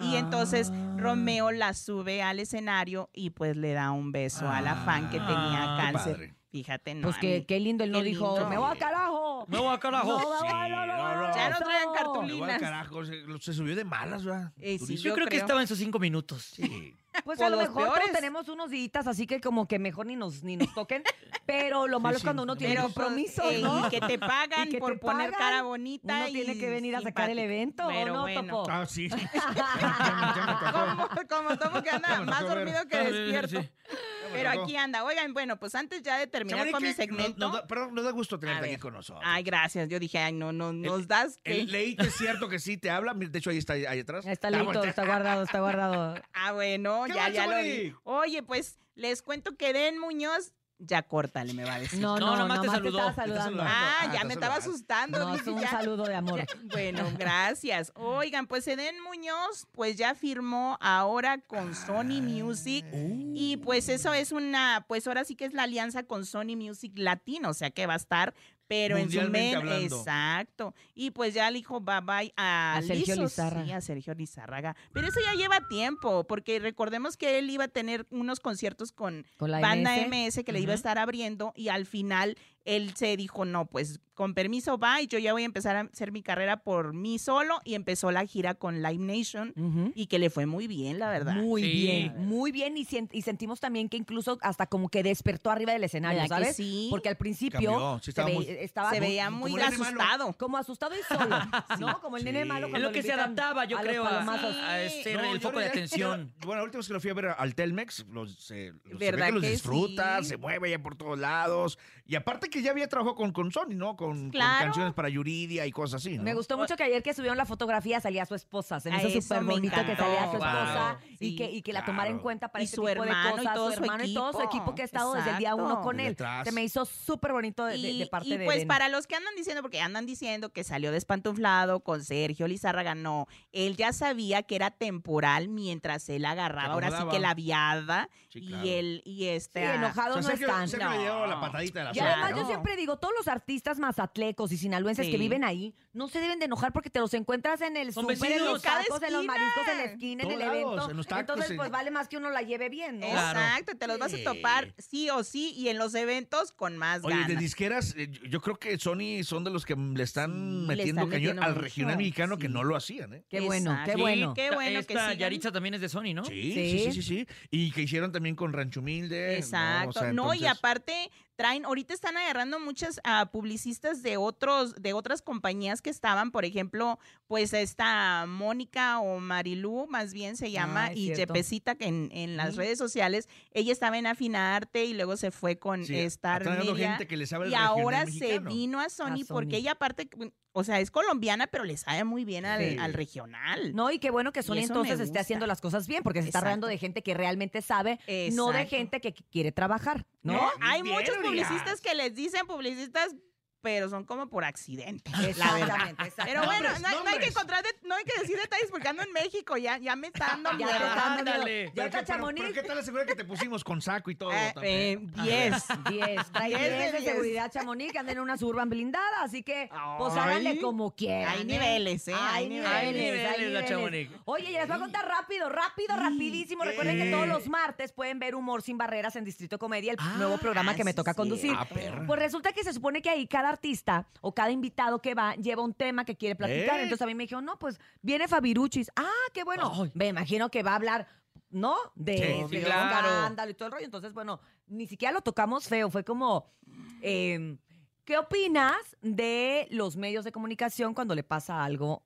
L: Y entonces Romeo la sube al escenario y pues le da un beso a la fan que tenía
E: Ah, qué
L: cáncer.
E: padre.
L: Fíjate, no.
C: Pues
L: a
C: que,
L: mí-
C: qué lindo él no
L: qué
C: dijo,
L: lindo.
C: me voy a carajo.
E: Me voy a carajo.
C: No, no, no, no, no, no.
L: Ya no traigan
F: Me voy al
L: cartulinas.
F: carajo, se, lo- se subió de malas, ¿verdad?
L: Eh, sí,
F: Durísimo.
E: Yo creo que estaba en sus cinco minutos.
F: Sí.
C: Pues
K: O
C: a lo
K: los
C: mejor todos
K: peores.
C: tenemos unos días, así que como que mejor ni nos, ni nos toquen. Pero lo malo es cuando uno tiene
K: Pero, pues,
C: compromisos,
K: eh,
C: ¿no?
K: y que te pagan
C: Y que
K: por
C: te
K: poner
C: pagan.
K: cara bonita
C: Uno
K: y
C: tiene que venir a sacar el
K: simpático.
C: evento, ¿o
K: Pero
C: no,
K: bueno.
C: Topo?
F: Ah, sí. Ah,
K: como, como Topo que anda
F: me
K: más
F: tocó ver.
K: dormido que
F: Sí, sí,
K: despierto.
F: sí. me
K: Pero
F: tocó.
K: aquí anda. Oigan, bueno, pues antes ya de terminar
F: Chamonix,
K: con mi
F: que
K: segmento.
F: nos- nos da- perdón, nos da gusto tenerte
K: A
F: aquí
K: ver.
F: con nosotros.
K: Ay, gracias. Yo dije, ay, no, no, nos das.
F: El
K: que-
F: Leito es cierto que sí te habla. Mira, De hecho, ahí está, ahí atrás.
C: Está listo, está guardado, está guardado.
K: Ah, bueno,
F: ¿Qué
K: ya,
F: más, Oh,
K: ya lo
F: Chamonix?
K: vi. Oye, pues les cuento que Den Muñoz. Ya córtale, me va a decir.
C: No, no, No, nomás te nomás te saludó. estaba
K: Ah,
C: saludando.
K: Ah,
C: Ah,
K: ya
C: te
K: me
C: saludó.
K: estaba asustando.
C: No,
K: dije,
C: es un
K: ya.
C: saludo de amor.
K: Bueno, gracias. Oigan, pues Eden Muñoz, pues ya firmó ahora con Sony Music.
F: Uh.
K: Y pues eso es una, pues ahora sí que es la alianza con Sony Music Latino, o sea que va a estar, pero en su
L: Mundialmente
K: men.
L: hablando.
K: Exacto. Y pues ya le dijo bye bye a,
C: A Sergio
K: Lizzo,
C: Lizárraga.
K: Ah, sí, a Sergio Lizárraga. Pero eso ya lleva tiempo, porque recordemos que él iba a tener unos conciertos con,
C: Con la
K: banda MS,
C: MS.
K: que le iba a
C: Ujú.
K: estar abriendo y al final él se dijo, no, pues con permiso va y yo ya voy a empezar a hacer mi carrera por mí solo y empezó la gira con Live Nation y que le fue muy bien, la verdad.
C: Muy bien, muy bien. Y, sien- y sentimos también que incluso hasta como que despertó arriba del escenario,
K: ¿Verdad que
C: ¿sabes?
K: sí?
C: Porque al principio
K: Cambió, sí,
C: se,
K: estaba
C: ve-
K: muy-
C: estaba
K: se
C: como-
K: veía muy
C: como el nene malo.
K: asustado.
C: Como asustado y solo, ¿no? Como el nene malo.
E: Es
C: cuando
E: lo que
C: lo
E: se
C: invitan
E: adaptaba, yo
C: a los
E: creo, a,
C: palomazos.
E: a- a ser
F: No,
E: el
F: yo
E: foco de
F: ya-
E: atención.
F: yo- bueno, la última vez que lo fui a ver al Telmex, los, eh, los- se ve
E: ¿Verdad
F: que los
E: que
F: disfruta,
E: sí?
F: se mueve ya por todos lados. Y aparte que ya había trabajado con, con Sony, ¿no? Con, con
C: Claro.
F: canciones para Yuridia y cosas así, ¿no?
C: Me gustó mucho que ayer que subieron la fotografía salía su esposa. Se me
K: A
C: hizo
K: eso
C: súper
K: me
C: bonito que
K: encantó.
C: salía su
K: Wow.
C: esposa
K: Sí,
C: y, que, y que la tomara en
K: claro.
C: cuenta para
K: Y
C: este
K: su
C: tipo de
K: hermano y
C: cosas.
K: todo
C: su
K: su
C: hermano y todo su
K: equipo.
C: equipo que ha estado desde el día uno
K: Exacto.
C: con
K: Desde
C: él.
K: atrás.
C: Se me hizo súper bonito de, de- de parte
K: y
C: de
K: pues
C: Ben.
K: para los que andan diciendo, porque andan diciendo que salió despantunflado con Sergio Lizárraga, no, él ya sabía que era temporal mientras él agarraba, ahora sí
F: acomodaba.
K: que la viada
F: Sí, claro.
K: y él y este...
C: Sí,
K: ah,
C: enojado
F: O sea,
C: no
F: Sergio-
C: están.
F: Sergio le dio la patadita de la
C: Y
F: suerte,
C: además
F: ¿no?
C: yo siempre digo, todos los artistas mazatlecos y sinaloenses
F: Sí.
C: que viven ahí, no se deben de enojar porque te los encuentras en el
F: Son
C: súper, en
F: vecinos.
C: los
F: Cada
C: tacos, en los
F: esquina.
C: mariscos, en la esquina, en
F: Todos
C: el
F: lados,
C: evento.
F: en los tacos,
C: Entonces,
F: en-
C: pues vale más que uno la lleve bien, ¿no?
F: Claro.
K: Exacto, te los vas a topar sí o sí y en los eventos con más
F: Oye,
K: ganas.
F: de disqueras, eh, yo- yo creo que Sony son de los que le están
K: le
F: metiendo
K: están
F: cañón
K: metiendo
F: al
K: mucho,
F: regional mexicano que no lo hacían, ¿eh?
C: Qué bueno, qué
E: Sí,
C: bueno.
E: Qué bueno
K: que
E: Esta
K: sigan.
E: Yaritza también es de Sony, ¿no?
F: Sí, sí, sí, sí, sí. Y que hicieron también con Rancho Humilde.
K: Exacto. No,
F: o sea,
K: y
F: entonces-
K: aparte traen, ahorita están agarrando muchas ah, publicistas de otros, de otras compañías que estaban, por ejemplo, pues esta Mónica o Marilú, más bien se llama,
L: Ah, es
K: y
L: cierto.
K: Yepesita, que en, en las
L: Mm.
K: redes sociales, ella estaba en Afinarte y luego se fue con
F: Sí,
K: esta
F: atraen a la
K: Media,
F: gente que le sabe el
K: Y
F: regional
K: ahora
F: mexicano.
K: se vino a Sony,
C: A Sony.
K: porque ella aparte, o sea, es colombiana, pero le sabe muy bien al,
C: Sí.
K: al regional.
C: No, y qué bueno que
K: Y
C: Sony
K: eso me
C: entonces esté
K: gusta.
C: haciendo las cosas bien, porque se está
K: Exacto.
C: rodeando de gente que realmente sabe, no de
K: Exacto.
C: gente que qu- quiere trabajar, ¿no?
K: ¿no? Hay
C: Bien,
K: muchos
C: digas.
K: publicistas que les dicen publicistas, pero son como por accidente. La
C: Exactamente,
K: verdad.
C: exacto.
K: Pero bueno,
C: Nombres,
K: no, hay- no hay que
C: nombres.
K: encontrar, de- no hay que decir detalles porque ando en México, ya, ya me está dando
C: Ya
K: miedo.
C: te está dando
F: Ándale. Pero qué- pero- pero ¿Qué tal la seguridad que te pusimos con saco y todo?
K: Eh, eh,
F: también?
D: Ah,
K: diez.
C: 10, trae
K: Diez de
C: 10 de
K: diez.
C: seguridad Chamonix, que anden en una suburban blindada, así que pues háganle como quieran.
K: Hay
C: ¿eh?
K: niveles, ¿eh? Hay niveles.
C: hay
E: Hay niveles, la
C: niveles.
E: Chamonix.
C: Oye, y les voy a contar rápido, rápido, rapidísimo. Recuerden que todos los martes pueden ver Humor sin Barreras en Distrito Comedia, el
K: Ah,
C: nuevo programa que me toca conducir.
L: Ah, perra.
C: Pues resulta que se supone que ahí cada artista o cada invitado que va lleva un tema que quiere platicar.
L: ¿Eh?
C: Entonces a mí me dijeron, no, pues viene Fabiruchis. Ah, qué bueno. Me imagino que va a hablar, ¿no? De,
L: Sí,
C: de
L: sí,
C: los
L: claro.
C: escándalo y todo el rollo. Entonces, bueno, ni siquiera lo tocamos feo. Fue como, eh, ¿qué opinas de los medios de comunicación cuando le pasa algo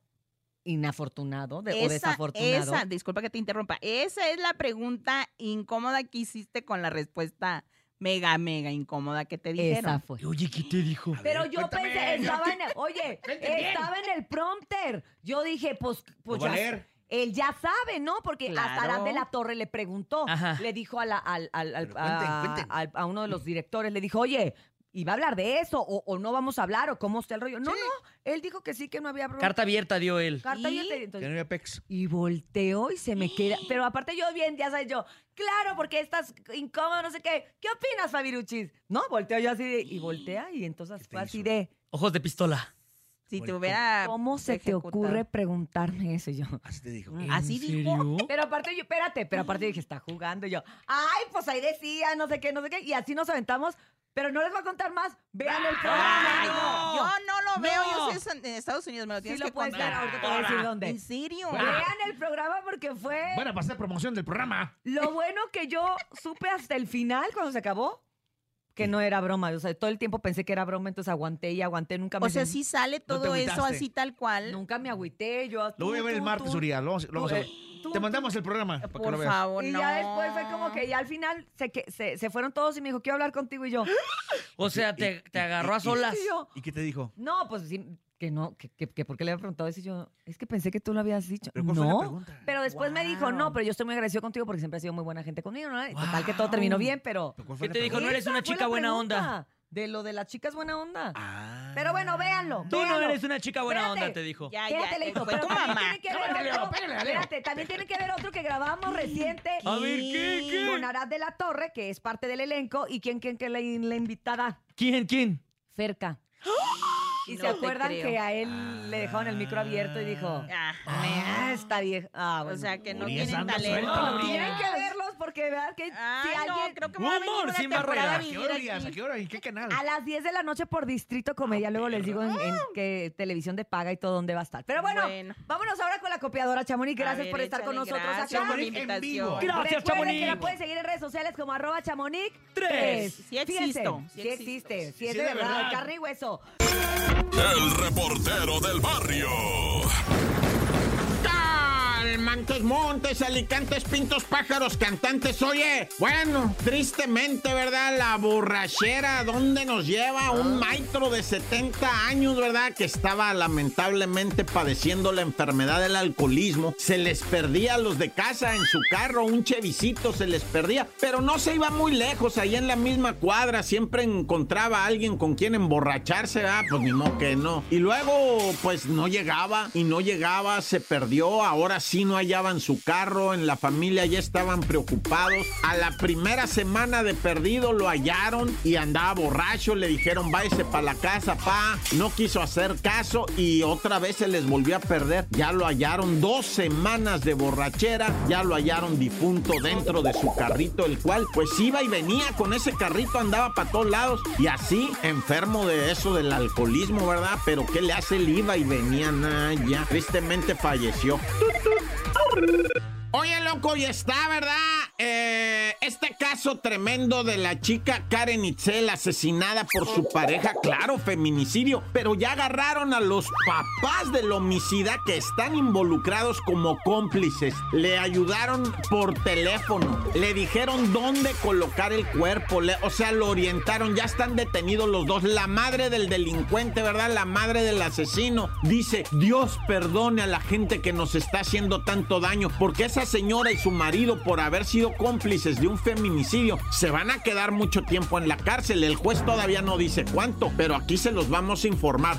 C: inafortunado de- o desafortunado?
K: esa, disculpa que te interrumpa. Esa es la pregunta incómoda que hiciste con la respuesta mega, mega incómoda que te dijeron.
C: Esa fue.
E: Oye, ¿qué te dijo?
C: Pero yo
K: cuéntame,
C: pensé, estaba
K: yo
C: en, el- oye,
K: Vente bien.
C: estaba en el prompter. Yo dije, pues, pues
K: Lo va a
C: ya-
K: leer.
C: él ya sabe, ¿no? Porque hasta
K: Claro.
C: Arad de la Torre le preguntó, le dijo a, la- al- al- al- a- al- a uno de los directores, le dijo, oye, ¿y va a hablar de eso? ¿O, o no vamos a hablar? ¿O cómo está el rollo? No, no, él dijo que sí, que no había problema.
E: Carta abierta dio él.
C: Carta abierta, entonces-
F: Que no había pex.
C: Y volteo y se me queda. Pero aparte, yo bien, ya sabes, yo, claro, porque estás incómodo, no sé qué. ¿Qué opinas, Fabiruchis? No, volteo yo así de. Y voltea, y entonces fue así de.
E: Ojos de pistola.
K: Si te hubiera.
C: ¿Cómo se te
K: ejecutado.
C: ocurre preguntarme eso? Y yo.
F: Así te dijo.
K: Así dijo.
C: Pero aparte, yo, espérate, pero aparte dije, está jugando. Y yo, ay, pues ahí decía, no sé qué, no sé qué. Y así nos aventamos Pero no les va a contar más. Vean el programa.
O: Ay, no. Yo no lo veo. Yo
C: No.
O: sé es en en Estados Unidos. Me lo
C: Sí
O: tienes
C: lo
O: que
C: puedes
O: contar.
C: ver, ahorita te voy a decir dónde.
O: ¿En serio?
C: Vean el programa porque fue
D: Van a pasar promoción del programa.
C: lo bueno que yo supe hasta el final cuando se acabó que no era broma. O sea, todo el tiempo pensé que era broma, entonces aguanté y aguanté. Nunca me
O: O sea,
C: sen-
O: sí sale todo eso
D: agüitaste.
O: así tal cual.
C: Nunca me agüité. Yo,
D: Lo voy a ver el martes, Uriah. Lo vamos, lo vamos a ver. Te mandamos el programa. para que
O: Por
D: lo veas.
O: favor,
C: Y
O: no.
C: ya después fue como que ya al final se, que, se, se fueron todos y me dijo, quiero hablar contigo. Y yo,
P: O sea, te, te agarró a
C: y-
P: solas.
C: y yo-
D: ¿Y qué te dijo?
C: no, pues sí, que no, que, que, que por qué le había preguntado eso. Y yo, es que pensé que tú lo habías dicho.
D: ¿Pero cuál fue la
C: no.
D: pregunta?
C: Pero después me dijo, no, pero yo estoy muy agradecido contigo porque siempre has sido muy buena gente conmigo. ¿no? Y Total, que todo terminó bien, pero.
D: ¿Cuál
P: ¿Qué
D: la
P: te dijo? No
D: pregunta?
P: eres una
C: Esa fue
P: chica
C: la
P: buena
C: pregunta,
P: onda.
C: De lo de las chicas buena onda. Pero bueno, véanlo.
P: Tú no
C: véanlo.
P: eres una chica buena
C: Espérate.
P: onda, te dijo.
O: Ah. Ya, ya,
C: Espérate, Leito,
O: fue
C: pero
O: tu
C: también
O: mamá.
C: tiene que haber
O: Pégale, Leo,
C: otro-
O: pégale, Leo.
C: Espérate, también tiene que haber otro que grabamos reciente.
P: A ver, ¿qué, qué?
C: Con Arad de la Torre, que es parte del elenco. ¿Y quién, quién, quién la, la invitada?
P: ¿Quién, quién?
C: Ferca. Y se
O: ¡Ah! No te
C: acuerdan
O: creo.
C: que a él le dejaron el micro abierto y dijo,
O: Ah,
C: ah, está bien. Ah,
O: o
C: bueno.
O: sea, que no
D: Uriah
O: tienen
D: Sanders,
O: talento.
E: Ah,
D: suéltalo,
O: no,
C: Tienen que verlos porque verdad que
O: Ay,
C: si alguien...
O: no, creo que me va a venir
P: Humor
O: una
P: sin
O: temporada
P: barreras.
O: a
D: ¿A qué
O: vivir
D: hora,
O: aquí.
D: Urias? ¿A qué hora? ¿En qué canal?
C: A las 10 de la noche por Distrito
O: Ah,
C: Comedia. Luego les digo en, en que televisión de paga y todo dónde va a estar. Pero bueno,
O: Bueno.
C: vámonos ahora con la copiadora, Chamonix.
O: A
C: Gracias
O: ver,
C: por estar con
O: échale,
C: nosotros
O: gracias
C: acá.
O: por la
D: en vivo.
O: invitación.
P: Gra- Gracias,
C: Recuerden
P: Chamonix.
C: que la pueden seguir en redes sociales como arroba chamonix
P: Tres.
C: tres.
O: Sí
C: Fíjense,
O: existo, sí
C: Sí
O: existo.
C: existe. Sí es
D: Sí
C: de
D: de
C: verdad,
D: verdad.
C: carne y hueso.
B: El reportero del barrio.
L: tal? Mantos Montes, Alicantes, Pintos, Pájaros, Cantantes. Oye, bueno, tristemente, ¿verdad? La borrachera, ¿dónde nos lleva? Un maestro de 70 años, ¿verdad? Que estaba lamentablemente padeciendo la enfermedad del alcoholismo. Se les perdía a los de casa en su carro, un chevisito se les perdía, pero no se iba muy lejos, ahí en la misma cuadra siempre encontraba a alguien con quien emborracharse, ah, pues ni modo que no. Y luego, pues no llegaba y no llegaba, se perdió, ahora sí no hallaban su carro, en la familia ya estaban preocupados. A la primera semana de perdido lo hallaron y andaba borracho, le dijeron, váyase para la casa, pa. No quiso hacer caso y otra vez se les volvió a perder. Ya lo hallaron dos semanas de borrachera, ya lo hallaron difunto dentro de su carrito, el cual pues iba y venía con ese carrito, andaba para todos lados y así enfermo de eso del alcoholismo, ¿verdad? Pero ¿qué le hace el iba y venía? Nah, ya tristemente falleció. Oye, loco, y está, ¿verdad? Eh, este caso tremendo de la chica Karen Itzel asesinada por su pareja, claro, feminicidio, pero ya agarraron a los papás del homicida que están involucrados como cómplices. Le ayudaron por teléfono, le dijeron dónde colocar el cuerpo, le- o sea, lo orientaron, ya están detenidos los dos. La madre del delincuente, ¿verdad? La madre del asesino dice, Dios perdone a la gente que nos está haciendo tanto daño, porque esa señora y su marido, por haber sido cómplices de un feminicidio, se van a quedar mucho tiempo en la cárcel. El juez todavía no dice cuánto, pero aquí se los vamos a informar.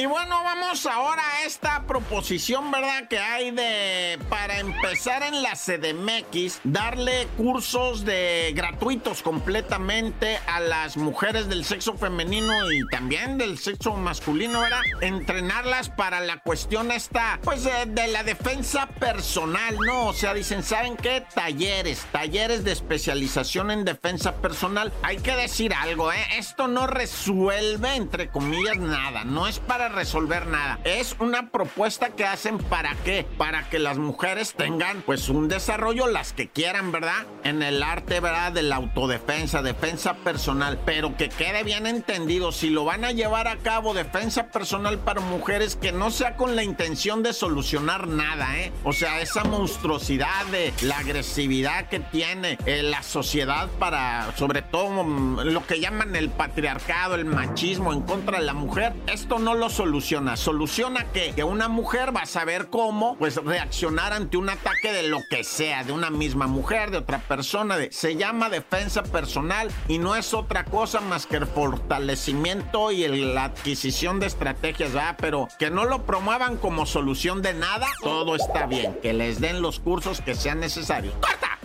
L: Y bueno, vamos ahora a esta proposición, ¿verdad? Que hay de, para empezar en la CDMX, darle cursos de gratuitos completamente a las mujeres del sexo femenino y también del sexo masculino, ¿verdad? Entrenarlas para la cuestión esta, pues, eh, de la defensa personal, ¿no? O sea, dicen, ¿saben qué? Talleres, talleres de especialización en defensa personal. Hay que decir algo, ¿eh? Esto no resuelve, entre comillas, nada. No es para resolver nada. Es una propuesta que hacen para qué? Para que las mujeres tengan, pues, un desarrollo, las que quieran, ¿verdad? En el arte, ¿verdad? De la autodefensa, defensa personal. Pero que quede bien entendido, si lo van a llevar a cabo, defensa personal para mujeres, que no sea con la intención de solucionar nada, ¿eh? O sea, esa monstruosidad de la agresividad que tiene eh, la sociedad para, sobre todo, mm, lo que llaman el patriarcado, el machismo en contra de la mujer, esto no lo soluciona. Soluciona que, que una mujer va a saber cómo, pues, reaccionar ante un ataque de lo que sea, de una misma mujer, de otra persona. de- se llama defensa personal y no es otra cosa más que el fortalecimiento y el- la adquisición de estrategias, ¿verdad? Pero que no lo promuevan como solución de nada, todo está bien. Que les den los cursos que sean necesarios. ¡Corta!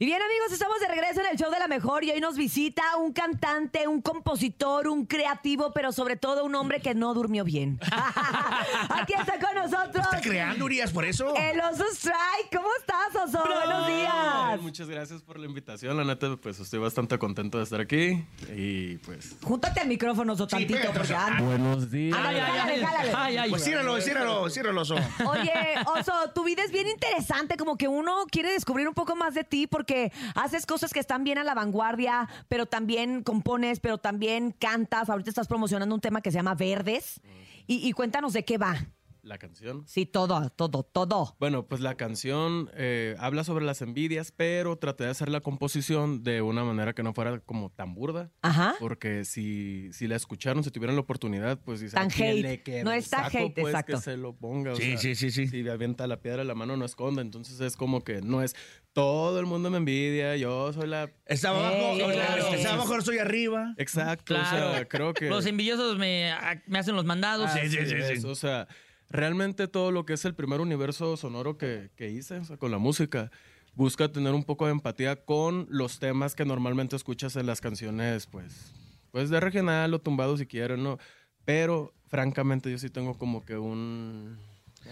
C: Y bien amigos, estamos de regreso en el show de la mejor y hoy nos visita un cantante, un compositor, un creativo, pero sobre todo un hombre que no durmió bien. Aquí está con nosotros.
D: Está creando, Urias, por eso.
C: El oso Strike, ¿cómo estás, oso? Buenos
F: Ay,
C: días.
F: Muchas gracias por la invitación. La neta, pues estoy bastante contento de estar aquí. Y pues.
C: Júntate al micrófono, oso, tantito,
F: pégate,
C: porque
F: Oso.
C: anda-
F: Buenos días.
C: Ándale, ándale, ándale.
D: Pues ciérralo, ciérralo, ciérralo, oso.
C: Oye, Oso, tu vida es bien interesante, como que uno quiere descubrir un poco más de ti porque haces cosas que están bien a la vanguardia, pero también compones, pero también cantas. Ahorita estás promocionando un tema que se llama Verdes. Y, y cuéntanos de qué va.
F: La canción.
C: Sí, todo, todo, todo.
F: Bueno, pues la canción eh, habla sobre las envidias, pero traté de hacer la composición de una manera que no fuera como tan burda.
C: Ajá.
F: Porque si, si la escucharon, si tuvieran la oportunidad, pues dicen,
C: Tan
F: "¿A quién
C: hate.
F: le queda
C: No
F: el
C: es tan
F: saco,
C: hate,
F: pues,
C: exacto.
F: Que se lo ponga.
D: Sí, sí,
F: sí. Si avienta la piedra, la mano no esconda. Entonces es como que no es todo el mundo me envidia, yo soy la.
D: Está abajo,
F: Ey,
D: o sea,
F: claro.
D: está abajo, ahora soy arriba.
F: Exacto, o sea,
E: Claro.
F: creo que...
E: Los envidiosos me, me hacen los mandados.
D: Ah,
F: Así es, O sea, realmente todo lo que es el primer universo sonoro que, que hice, o sea, con la música, busca tener un poco de empatía con los temas que normalmente escuchas en las canciones, pues, pues de regional o tumbado si quieren, ¿no? Pero, francamente, yo sí tengo como que un...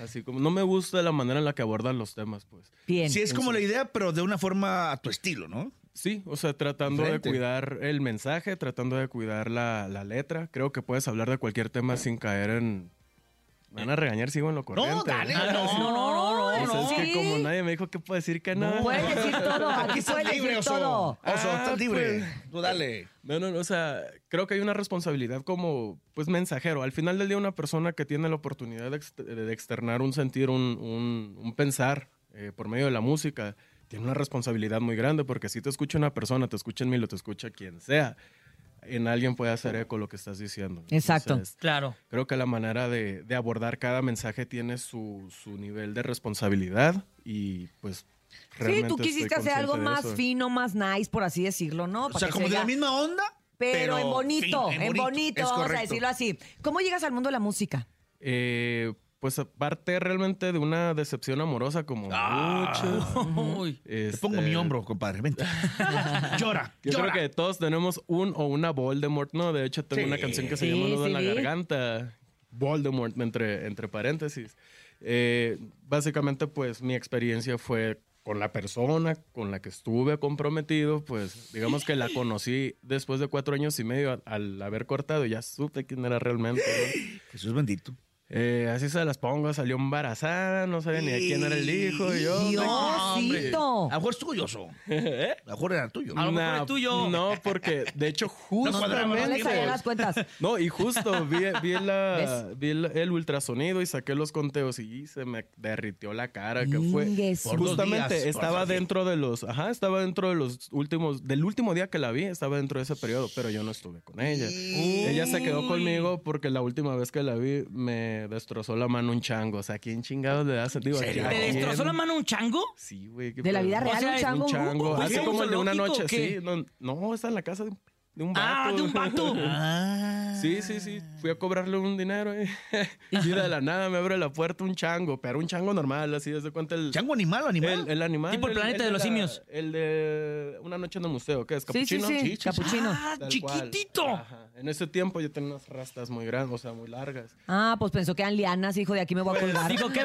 F: Así como, no me gusta la manera en la que abordan los temas, pues.
D: Sí, es como la idea, pero de una forma a tu estilo, ¿no?
F: Sí, o sea, tratando
D: Diferente.
F: de cuidar el mensaje, tratando de cuidar la, la letra. Creo que puedes hablar de cualquier tema sin caer en... Me van a regañar, sigo en lo corriente.
D: dale,
E: Ah,
F: ¿verdad?
D: no,
F: Sí.
D: no, no, no,
F: Pues
D: no.
F: Es
D: Sí.
F: que como nadie me dijo que puedo decir que no.
D: Puedes decir todo, aquí Aquí estás puedes libre, decir oso. todo. Oso, estás libre.
F: Tú dale. Ah, pues, No, no, no, o sea, creo que hay una responsabilidad como, pues, mensajero. Al final del día, una persona que tiene la oportunidad de, ex- de externar un sentir, un, un- un pensar eh, por medio de la música, tiene una responsabilidad muy grande porque si te escucha una persona, te escucha en mí, lo te escucha quien sea, en alguien puede hacer eco lo que estás diciendo.
C: Exacto.
E: Claro.
F: Creo que la manera de, de abordar cada mensaje tiene su, su nivel de responsabilidad y pues...
C: Sí,
F: realmente
C: tú
F: estoy
C: quisiste hacer
F: consciente
C: algo
F: de
C: más
F: eso.
C: fino, más nice, por así decirlo, ¿no?
D: O sea, como de la misma onda.
C: Pero,
F: pero
C: en bonito,
F: fin, en
C: en bonito,
F: bonito, es
C: vamos a
F: correcto.
C: decirlo así. ¿Cómo llegas al mundo de la música?
F: Eh, pues aparte realmente de una decepción amorosa como muchas. Te
D: Ah. pongo mi hombro, compadre. Vente. Llora.
F: Yo
D: llora.
F: creo que todos tenemos un o una Voldemort, ¿no? De hecho, tengo
D: Sí.
F: una canción que se
D: Sí,
F: llama Nudo
D: sí,
F: en la
D: vi.
F: Garganta. Voldemort, entre, entre paréntesis. Eh, básicamente, pues, mi experiencia fue con la persona con la que estuve comprometido, pues, digamos que la conocí después de cuatro años y medio al, al haber cortado. Ya supe quién era realmente.
D: Jesús bendito.
F: eh, así se las pongo, salió embarazada, no sabía ni de quién era el hijo. y yo, hombre. ¿Eh?
D: A lo mejor es tuyo, oso. A lo mejor era tuyo.
F: No, No, porque de hecho
D: cuadraba,
F: justamente...
D: no le salían las
C: cuentas.
F: No, y justo vi, vi la- vi el, el ultrasonido y saqué los conteos y se me derritió la cara, que fue...
C: Ingues.
D: Por dos
F: justamente
D: días, por
F: estaba
D: dos días.
F: dentro de los... Ajá, estaba dentro de los últimos... Del último día que la vi, estaba dentro de ese periodo, pero yo no estuve con ella. Ella se quedó conmigo porque la última vez que la vi me destrozó la mano un chango. O sea, ¿quién chingados le da sentido?
E: ¿Te destrozó la mano un chango?
F: Sí, güey. qué
E: ¿De la
F: pedo.
E: vida real, un chango?
F: pues.
E: Uh,
F: Un chango.
C: Pues,
E: ¿Un- un-
F: Así
E: un
F: como el de una
E: zoológico
F: noche.
E: o qué?
F: Sí, no, no, está en la casa de un, de un vato.
E: Ah, de un vato. Ah,
F: Sí, sí, sí. Fui a cobrarle un dinero. eh. Y de la nada me abre la puerta un chango, pero un chango normal, así, desde cuenta el. ¿Chango
D: animal o
F: animal? El, el animal.
E: Tipo el planeta de los
F: la-
E: simios.
F: El de Una Noche en el Museo, ¿qué es?
E: Sí, sí,
F: ¿Capuchino?
E: sí, capuchino. Ah,
F: Tal cual.
E: chiquitito.
F: Ajá. En ese tiempo yo tenía unas rastas muy grandes, o sea, muy largas.
C: Ah, pues pensó que eran lianas, hijo, de aquí me voy a
F: Pues
C: colgar.
F: No, porque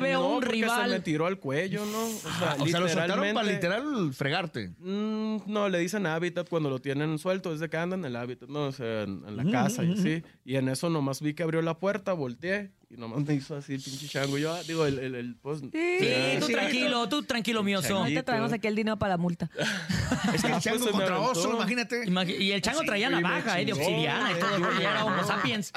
F: Se me tiró al cuello, ¿no? O sea,
D: Ah, o sea, lo soltaron para
F: literalmente-
D: literal fregarte.
F: Mm, no, le dicen hábitat cuando lo tienen suelto, es de que andan en el hábitat, no, o sea, en, en la
D: Ujú,
F: casa y
D: ujú,
F: así. Y en eso nomás vi que abrió la puerta, volteé y nomás me hizo así el pinche chango. Yo, ah, digo, el, el, el pues,
E: Sí,
F: ya,
E: tú
F: sí.
E: tranquilo, tú tranquilo, mío.
F: Changuito.
C: Ahorita traemos aquí el dinero para la multa.
D: Es que el chango
F: se me
D: contra
F: aventó.
D: oso, imagínate.
E: Imagi- y el chango
F: Sí,
E: traía
F: güey, me
E: navaja, eh, de
F: chingó,
E: obsidiana y todo.
F: güey,
E: porque Era homo
F: no.
E: sapiens.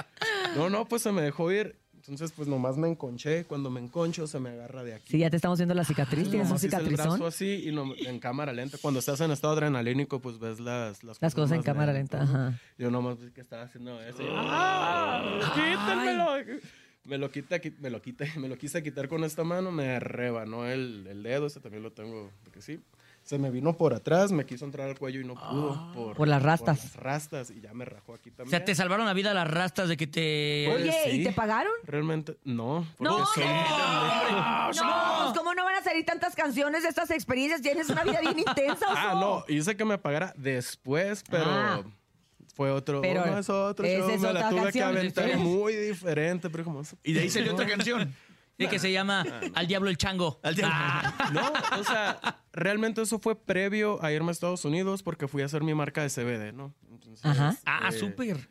F: No, no, pues se me dejó ir. Entonces, pues nomás me enconché. Cuando me enconcho, se me agarra de aquí.
C: Sí, ya te estamos viendo la cicatriz. Tienes un
F: Nomás hice el
C: cicatrizón.
F: brazo Ah, así y no- en cámara lenta. Cuando estás en estado adrenalínico, pues ves las, las,
C: Las cosas en
F: más
C: cámara
F: lento,
C: lenta.
F: ¿no?
C: Ajá.
F: Yo nomás vi que estaba haciendo eso. y yo, ¡Ah! ¡Quítenmelo! Me lo, quita, qui- me, lo quita, me lo quise quitar con esta mano, me rebanó el, el dedo, ese también lo tengo, porque sí. Se me vino por atrás, me quiso entrar al cuello y
E: Ah.
F: no pudo. por,
C: Por las rastas.
F: las rastas, y ya me rajó aquí
E: O
F: también.
E: sea, te salvaron la vida las rastas de que te.
C: Oye, ¿y
F: sí.
C: te pagaron?
F: Realmente, no. porque
C: No,
F: son-
C: no, pues, ¿cómo no van a salir tantas canciones de estas experiencias? Tienes una vida bien intensa, oso.
F: Ah, no, hice que me pagara después, pero
C: Ah.
F: fue otro.
C: Pero
F: no, es otro
C: esa
F: show,
C: es
F: me
C: otra
F: la tuve que
C: canción.
F: aventar muy diferente, pero como.
D: Y de ahí salió otra canción.
E: Y que se llama
F: Ah,
E: Al Diablo el Chango. Ah. Al Diablo.
F: No, o sea, realmente eso fue previo a irme a Estados Unidos porque fui a hacer mi marca de CBD, ¿no? Entonces,
E: Ajá. Ah,
F: eh,
E: súper.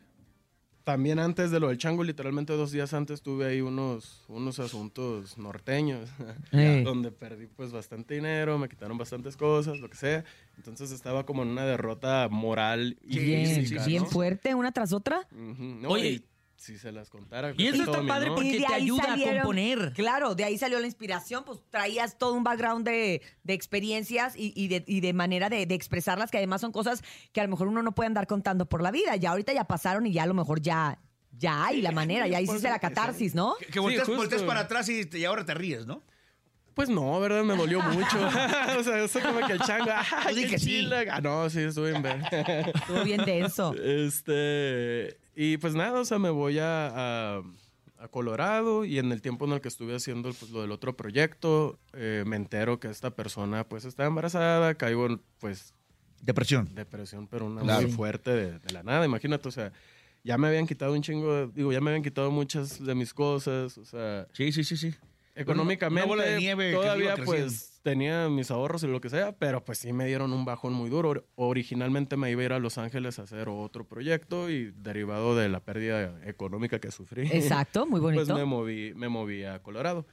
F: También antes de lo del chango, literalmente dos días antes tuve ahí unos, unos asuntos norteños,
E: Ey.
F: donde perdí pues bastante dinero, me quitaron bastantes cosas, lo que sea. Entonces estaba como en una derrota moral y
C: Bien,
F: física,
C: bien
F: ¿no?
C: fuerte, una tras otra.
F: Ujú, no,
E: Oye.
F: y si se las contara.
E: Y eso
F: todo
E: está
F: mi
E: padre
F: no.
E: porque
C: Y de
E: te
C: ahí
E: ayuda a
C: salieron-
E: componer.
C: Claro, de ahí salió la inspiración, pues traías todo un background de, de experiencias y, y de, y de manera de, de expresarlas, que además son cosas que a lo mejor uno no puede andar contando por la vida. Ya ahorita ya pasaron y ya a lo mejor ya, ya hay la manera, ya hiciste la catarsis, ¿no?
D: Que volteas,
F: Sí, justo.
D: volteas para atrás y, te- y ahora te ríes, ¿no?
F: Pues no, ¿verdad? Me dolió mucho. o sea, eso como que el chango. ¡Ah,
D: Tú di
F: qué
D: que sí.
F: chila! Ah, no, sí, estuve bien ver.
C: Estuvo bien denso.
F: Este. Y pues nada, o sea, me voy a, a, a Colorado y en el tiempo en el que estuve haciendo pues, lo del otro proyecto, eh, me entero que esta persona pues está embarazada, caigo en pues
D: Depresión.
F: depresión, pero una
D: Claro.
F: muy fuerte de, de la nada, imagínate, o sea, ya me habían quitado un chingo, de- digo, ya me habían quitado muchas de mis cosas, o sea...
D: Sí, sí, sí, sí.
F: Económicamente,
D: Una bola de nieve que
F: todavía
D: iba creciendo.
F: pues tenía mis ahorros y lo que sea, pero pues sí me dieron un bajón muy duro. Or- Originalmente me iba a ir a Los Ángeles a hacer otro proyecto y derivado de la pérdida económica que sufrí.
C: Exacto, muy bonito.
F: Pues me moví, me moví a Colorado.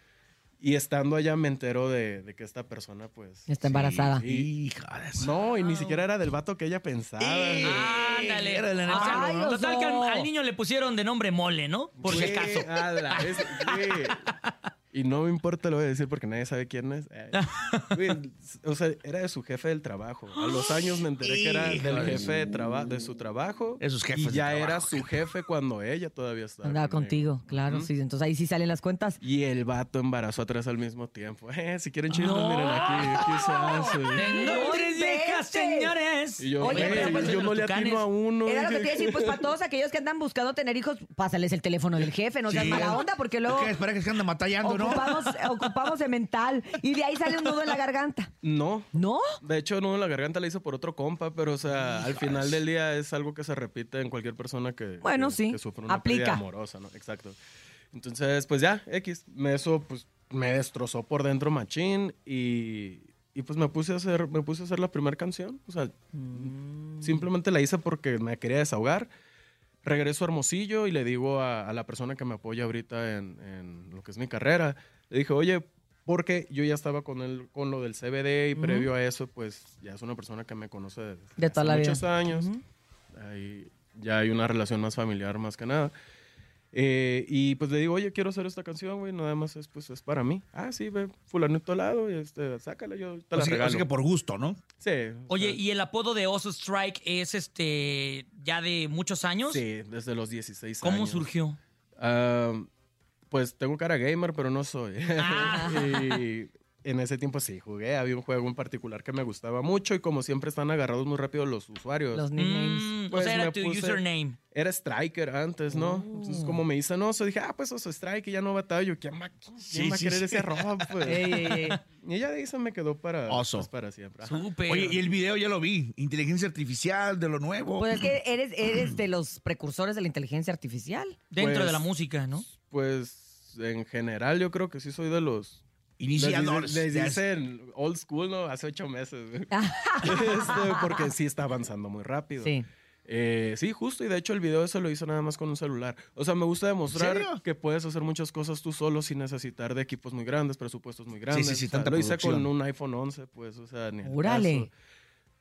F: Y estando allá me entero de, de que esta persona pues...
C: Está embarazada.
F: Hija No, y ni siquiera era del vato que ella pensaba.
D: Eh,
E: Ándale.
F: Era la
C: Ah.
E: O sea,
F: neta.
E: total que al, al niño le pusieron de nombre mole, ¿no? Por si
F: Sí,
E: acaso.
F: a Ah, la vez, sí. Y no me importa, lo voy a decir porque nadie sabe quién es. Eh, güey, o sea, era de su jefe del trabajo. A los años me enteré que era del
D: Híjole.
F: jefe de, traba- de su trabajo.
D: Esos jefes
F: Y
D: de
F: ya
D: trabajo,
F: era su jefe cuando ella todavía estaba.
C: Andaba
F: conmigo.
C: contigo, claro,
F: Ujú.
C: sí. Entonces ahí sí salen las cuentas.
F: Y el vato embarazó a tres al mismo tiempo. Eh, si quieren chismes, miren aquí. Aquí se hace.
E: Nombres viejas, señores.
F: Y yo,
C: Oye,
F: güey,
C: pero pues,
F: yo no le atino a uno.
C: Era lo que te iba a decir, pues para todos aquellos que andan buscando tener hijos, pásales el teléfono del jefe, no seas
D: Sí.
C: mala onda, porque luego
D: ¿Qué? Espera que se anda matallando, ¿no?
C: ocupamos, ocupamos de mental y de ahí sale un nudo en la garganta.
F: No.
C: ¿No?
F: De hecho, no, la garganta la hizo por otro compa, pero o sea, al final del día es algo que se repite en cualquier persona que,
C: Bueno,
F: que-
C: sí.
F: que sufre una
C: Aplica.
F: pérdida amorosa, ¿no? Exacto. Entonces, pues ya, X. Me eso, pues, me destrozó por dentro machín y, y, pues me puse a hacer, me puse a hacer la primera canción. O sea, simplemente la hice porque me quería desahogar. Regreso a Hermosillo y le digo a, a la persona que me apoya ahorita en, en lo que es mi carrera, le dije, oye, porque yo ya estaba con él con lo del CBD y
C: Ujú.
F: previo a eso, pues ya es una persona que me conoce desde
C: De toda
F: hace
C: la vida.
F: muchos años. Ahí ya hay una relación más familiar más que nada. Eh, y pues le digo, oye, quiero hacer esta canción, güey, nada más es, pues, es para mí. Ah, sí, ve, fulanito al lado, y este, sácala, yo te la
D: Pues Así,
F: regalo.
D: así que por gusto, ¿no?
F: Sí.
E: Oye, ¿y el apodo de Oso Strike es este ya de muchos años?
F: Sí, desde los 16
E: ¿Cómo
F: años.
E: surgió?
F: Ah, pues tengo cara gamer, pero no soy.
C: Ah.
F: y en ese tiempo sí jugué. Había un juego en particular que me gustaba mucho y como siempre están agarrados muy rápido los usuarios.
C: Los nicknames.
E: Mm,
F: Pues
E: o sea,
F: me
E: era tu
F: puse-
E: username.
F: Era Striker antes, ¿no? Entonces, como me dicen oso, dije, ah, pues oso Strike, ya no batallo. ¿Quién va, quién
D: Sí,
F: va
D: sí,
F: a querer
D: sí.
F: ese arroba? pues?
E: Ey, ey, ey.
F: Y ya de ahí se me quedó para,
D: Oso.
F: pues, para siempre. Ajá.
E: Súper.
D: Oye, y el video ya lo vi. Inteligencia artificial, de lo nuevo.
C: Pues es que eres, eres de los precursores de la inteligencia artificial.
E: Dentro
F: pues-
E: de la música, ¿no?
F: Pues en general yo creo que sí soy de los...
D: Iniciadores.
F: Les,
D: Ya
F: dice-
D: es-
F: les dicen old school, ¿no? Hace ocho meses. Este, porque sí está avanzando muy rápido.
C: Sí.
F: Eh, sí, justo. Y de hecho, el video eso lo hice nada más con un celular. O sea, me gusta demostrar
D: serio?
F: que puedes hacer muchas cosas tú solo sin necesitar de equipos muy grandes, presupuestos muy grandes.
D: sí, sí,
F: O sea,
D: tanta
F: lo hice
D: producción.
F: con un iPhone 11, pues, o sea, ni al
C: Órale.
F: caso.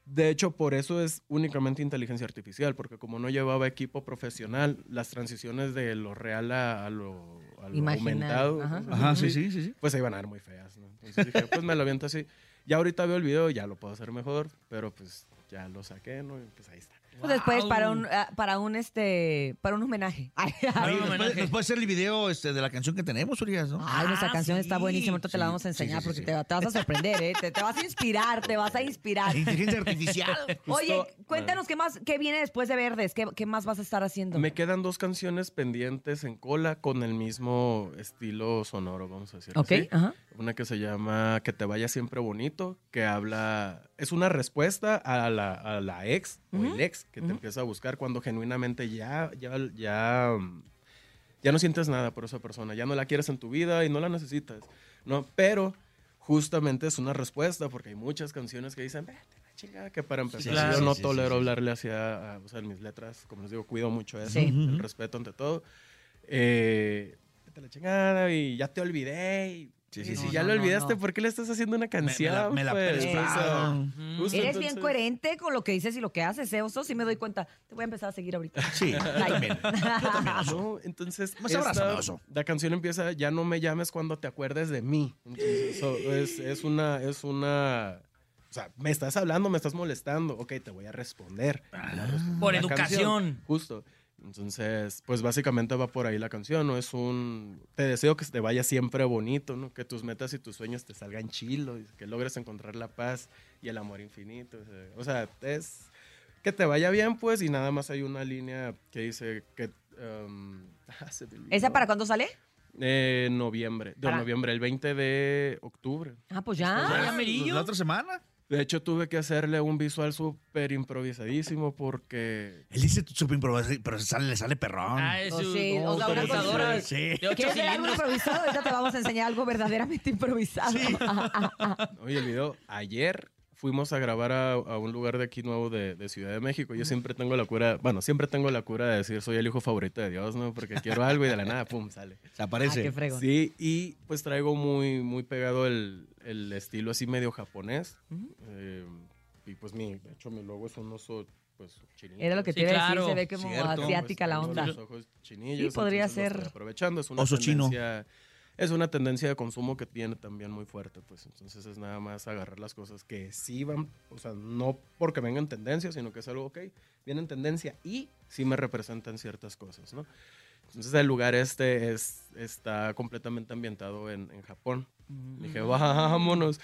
F: De hecho, por eso es únicamente inteligencia artificial, porque como no llevaba equipo profesional, las transiciones de lo real a, a lo, a lo
C: Imaginado,
F: aumentado,
C: ajá.
F: pues,
D: Ajá, sí, sí, sí, sí.
F: pues se iban a ver muy feas, ¿no? Entonces dije, pues me lo aviento así. Ya ahorita veo el video, ya lo puedo hacer mejor, pero pues ya lo saqué, ¿no? Y pues ahí está.
C: Pues Después para un ah, para un este para un homenaje. Ay,
F: Ah,
D: Oye, ¿nos, puede, nos puede hacer el video este, de la canción que tenemos, Urias, ¿no?
C: nuestra canción está buenísima, ahorita te la
D: Sí,
C: vamos a
D: sí, sí,
C: enseñar
D: sí,
C: porque
D: sí.
C: Te, te vas a sorprender, ¿eh? te, te vas a inspirar, te vas a inspirar.
D: Inteligencia artificial.
C: Oye,
F: Justo-
C: cuéntanos qué más, qué viene después de Verdes, qué, qué más vas a estar haciendo.
F: Me quedan dos canciones pendientes en cola con el mismo estilo sonoro, vamos a decir.
C: Ok, ajá.
F: Una que se llama Que te vaya siempre bonito, que habla, es una respuesta a la, a la ex o el ex que te empieza a buscar cuando genuinamente ya, ya, ya, mm, ya no sientes nada por esa persona, ya no la quieres en tu vida y no la necesitas, ¿no? Pero justamente es una respuesta porque hay muchas canciones que dicen, "Vete a la chingada", que para empezar
L: claro.
F: yo no
L: Sí, sí, sí,
F: tolero
L: sí.
F: hablarle hacia, a- o sea, en mis letras, como les digo, cuido mucho eso,
L: Sí.
F: el respeto ante todo. Eh, vete a la chingada y ya te olvidé y...
L: sí,
F: y si
L: sí.
F: ya
L: No,
F: lo
L: no, no,
F: olvidaste,
L: no.
F: ¿por qué le estás haciendo una canción?
L: me la
F: pues?
L: prestaron.
F: O
E: Mm.
F: sea, justo
C: Eres bien
F: entonces-
C: coherente con lo que dices y lo que haces, ¿eh? Oso, sí me doy cuenta. Te voy a empezar a seguir ahorita.
D: Sí,
C: Bye.
F: No, entonces,
D: Más
F: esta-
D: abrázame, oso.
F: la canción empieza, ya no me llames cuando te acuerdes de mí. Entonces, eso es, es una, es una, o sea, me estás hablando, me estás molestando, ok, te voy a responder. Te voy a responder
P: Por
F: la
P: educación.
F: canción, justo. Entonces, pues básicamente va por ahí la canción, ¿no? Es un, te deseo que te vaya siempre bonito, ¿no? Que tus metas y tus sueños te salgan chilos, que logres encontrar la paz y el amor infinito. o sea, O sea, es que te vaya bien, pues, y nada más hay una línea que dice que... um, se me olvidó.
C: ¿Esa para cuándo sale?
F: Eh, noviembre, de
C: Para-
F: noviembre, el 20 de octubre.
C: Ah, pues ya.
D: ¿La otra semana?
F: De hecho, tuve que hacerle un visual súper improvisadísimo porque...
D: Él dice súper improvisado, pero se sale, le sale perrón.
P: Ah, es
C: O
P: su-
C: sí, o sea, una
P: computadora
D: Sí.
P: de ocho
C: ¿Quieres ver algo
P: cilindros.
C: improvisado? Ahorita te vamos a enseñar algo verdaderamente improvisado. Ah,
F: Oye, el video, ayer fuimos a grabar a, a un lugar de aquí nuevo de, de Ciudad de México. Yo siempre tengo la cura, bueno, siempre tengo la cura de decir soy el hijo favorito de Dios, ¿no? Porque quiero algo y de la nada, pum, sale.
D: Se aparece. Ah, qué fregón.
F: Sí, y pues traigo muy, muy pegado el, el estilo así medio japonés. Eh, y pues mi, de hecho mi logo es un oso, pues chinito.
C: Era lo que te Sí, iba a decir, claro. se ve como asiática la
F: tengo
C: onda.
F: los ojos chinillos,
C: Sí, podría
F: entonces los
C: ser.
F: estoy Aprovechando, es una
D: Oso chino.
F: tendencia- Es una tendencia de consumo que tiene también muy fuerte, pues entonces es nada más agarrar las cosas que sí van, o sea, no porque vengan tendencias, sino que es algo, ok, vienen tendencia y sí me representan ciertas cosas, ¿no? Entonces el lugar este es, está completamente ambientado en, en Japón.
C: Mm.
F: Dije, vámonos.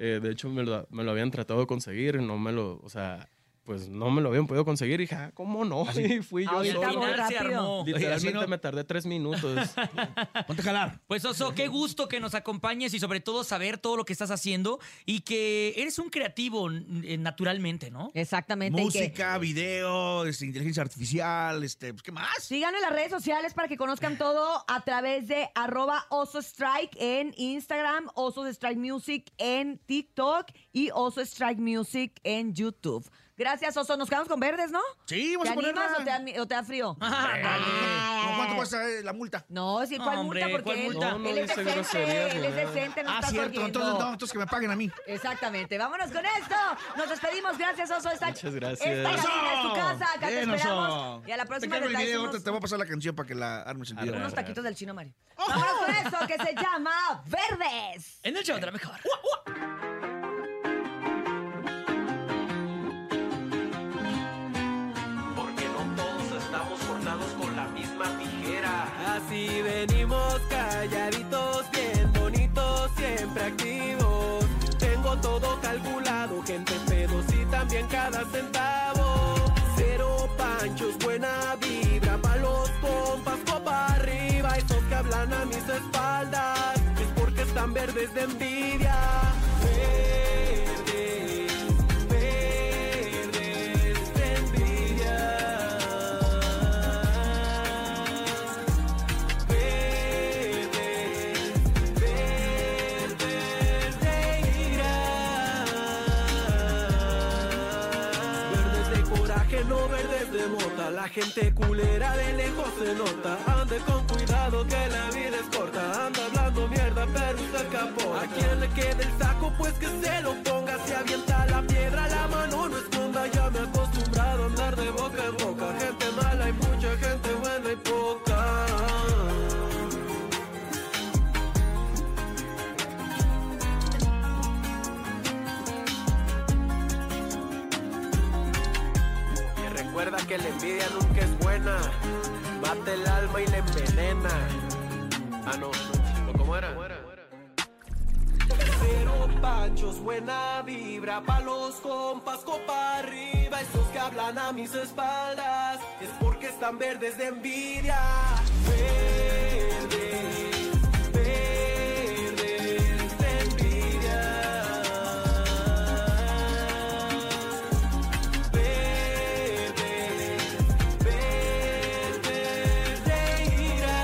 F: Eh, de hecho, me lo, me lo habían tratado de conseguir, y no me lo, o sea, pues no me lo habían podido conseguir. Y dije, ah, ¿cómo no? Y fui yo
P: Ahorita
F: solo.
P: voy rápido.
F: Literalmente
P: Oye, así no-
F: me tardé tres minutos.
D: Ah, Ponte a jalar.
P: Pues Oso, qué gusto que nos acompañes y sobre todo saber todo lo que estás haciendo y que eres un creativo eh, naturalmente, ¿no?
C: Exactamente. y que-
D: Música, video, este, inteligencia artificial, este, pues, ¿qué más?
C: Síganme en las redes sociales para que conozcan todo a través de arroba Oso Strike en Instagram, Oso Strike Music en TikTok y Oso Strike Music en YouTube. Gracias, Oso. Nos quedamos con verdes, ¿no?
D: Sí,
C: ¿Te
D: vamos a ponerla.
C: animas o te, ami- o te da frío?
D: ¿Cómo ¿Cuánto cuesta eh, la multa?
C: No, sí, ¿cuál
D: Hombre,
C: multa? Porque
D: ¿cuál
C: él,
D: multa?
C: él
D: No, no
C: es
D: dice
C: decente,
D: groserías ni
C: él es
D: nada.
C: decente, no
D: Ah,
C: está
D: cierto,
C: corriendo.
D: entonces no, entonces que me paguen a mí.
C: Exactamente, vámonos con esto. Nos despedimos, gracias Oso. Esta,
F: Muchas gracias.
C: Esta cabina es tu
D: ¡Oso!
C: casa, acá te
D: Bien, Oso.
C: esperamos. Y a la próxima
D: Te
C: les
D: quedo el
C: traes
D: video,
C: unos-
D: ahorita te voy a pasar la canción para que la armes el video.
C: unos taquitos del chino Mario. Vámonos con eso que se llama Verdes.
P: En el show de la mejor.
Q: porque no todos estamos cortados con la misma tijera. Así venimos calladitos, bien bonitos, siempre activos. Tengo todo calculado, gente pedos y también cada centavo. Cero panchos, buena vibra, pa' los compas, copa arriba. Esos que hablan a mis espaldas, es porque están verdes de envidia. Verdes, verdes de envidia. Verdes de coraje, no verdes de mota. La gente culera de lejos se nota. Ande con cuidado que la vida es corta. Anda hablando mierda, pero usted capota. A quien le quede el saco, pues que se lo ponga. Si avienta la piedra, la mano no esconda. Ya me he acostumbrado a andar de boca en boca. Gente mala y mucha gente buena y poca.
E: Recuerda que la envidia nunca es buena. Mata el alma y la envenena. Ah, no. ¿O ¿Cómo era? Cero panchos, buena vibra pa' los compas, copa arriba. Esos que hablan a mis espaldas es porque están verdes de envidia. Verdes, verdes de envidia. Verdes, verdes de ira.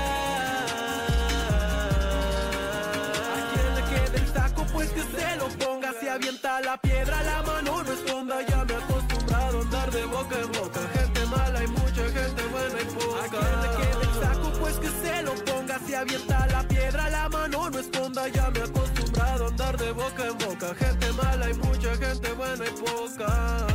E: A quien le quede el saco, pues que se lo ponga. Si avienta la piedra, la mano no esconda. Ya me he acostumbrado a andar de boca en boca. Gente mala y mucha gente buena y poca. A quien le quede el saco, pues que se lo ponga. Si avienta la piedra, la mano no esconda. Ya me he acostumbrado a andar de boca en boca. Gente mala y mucha gente buena y poca.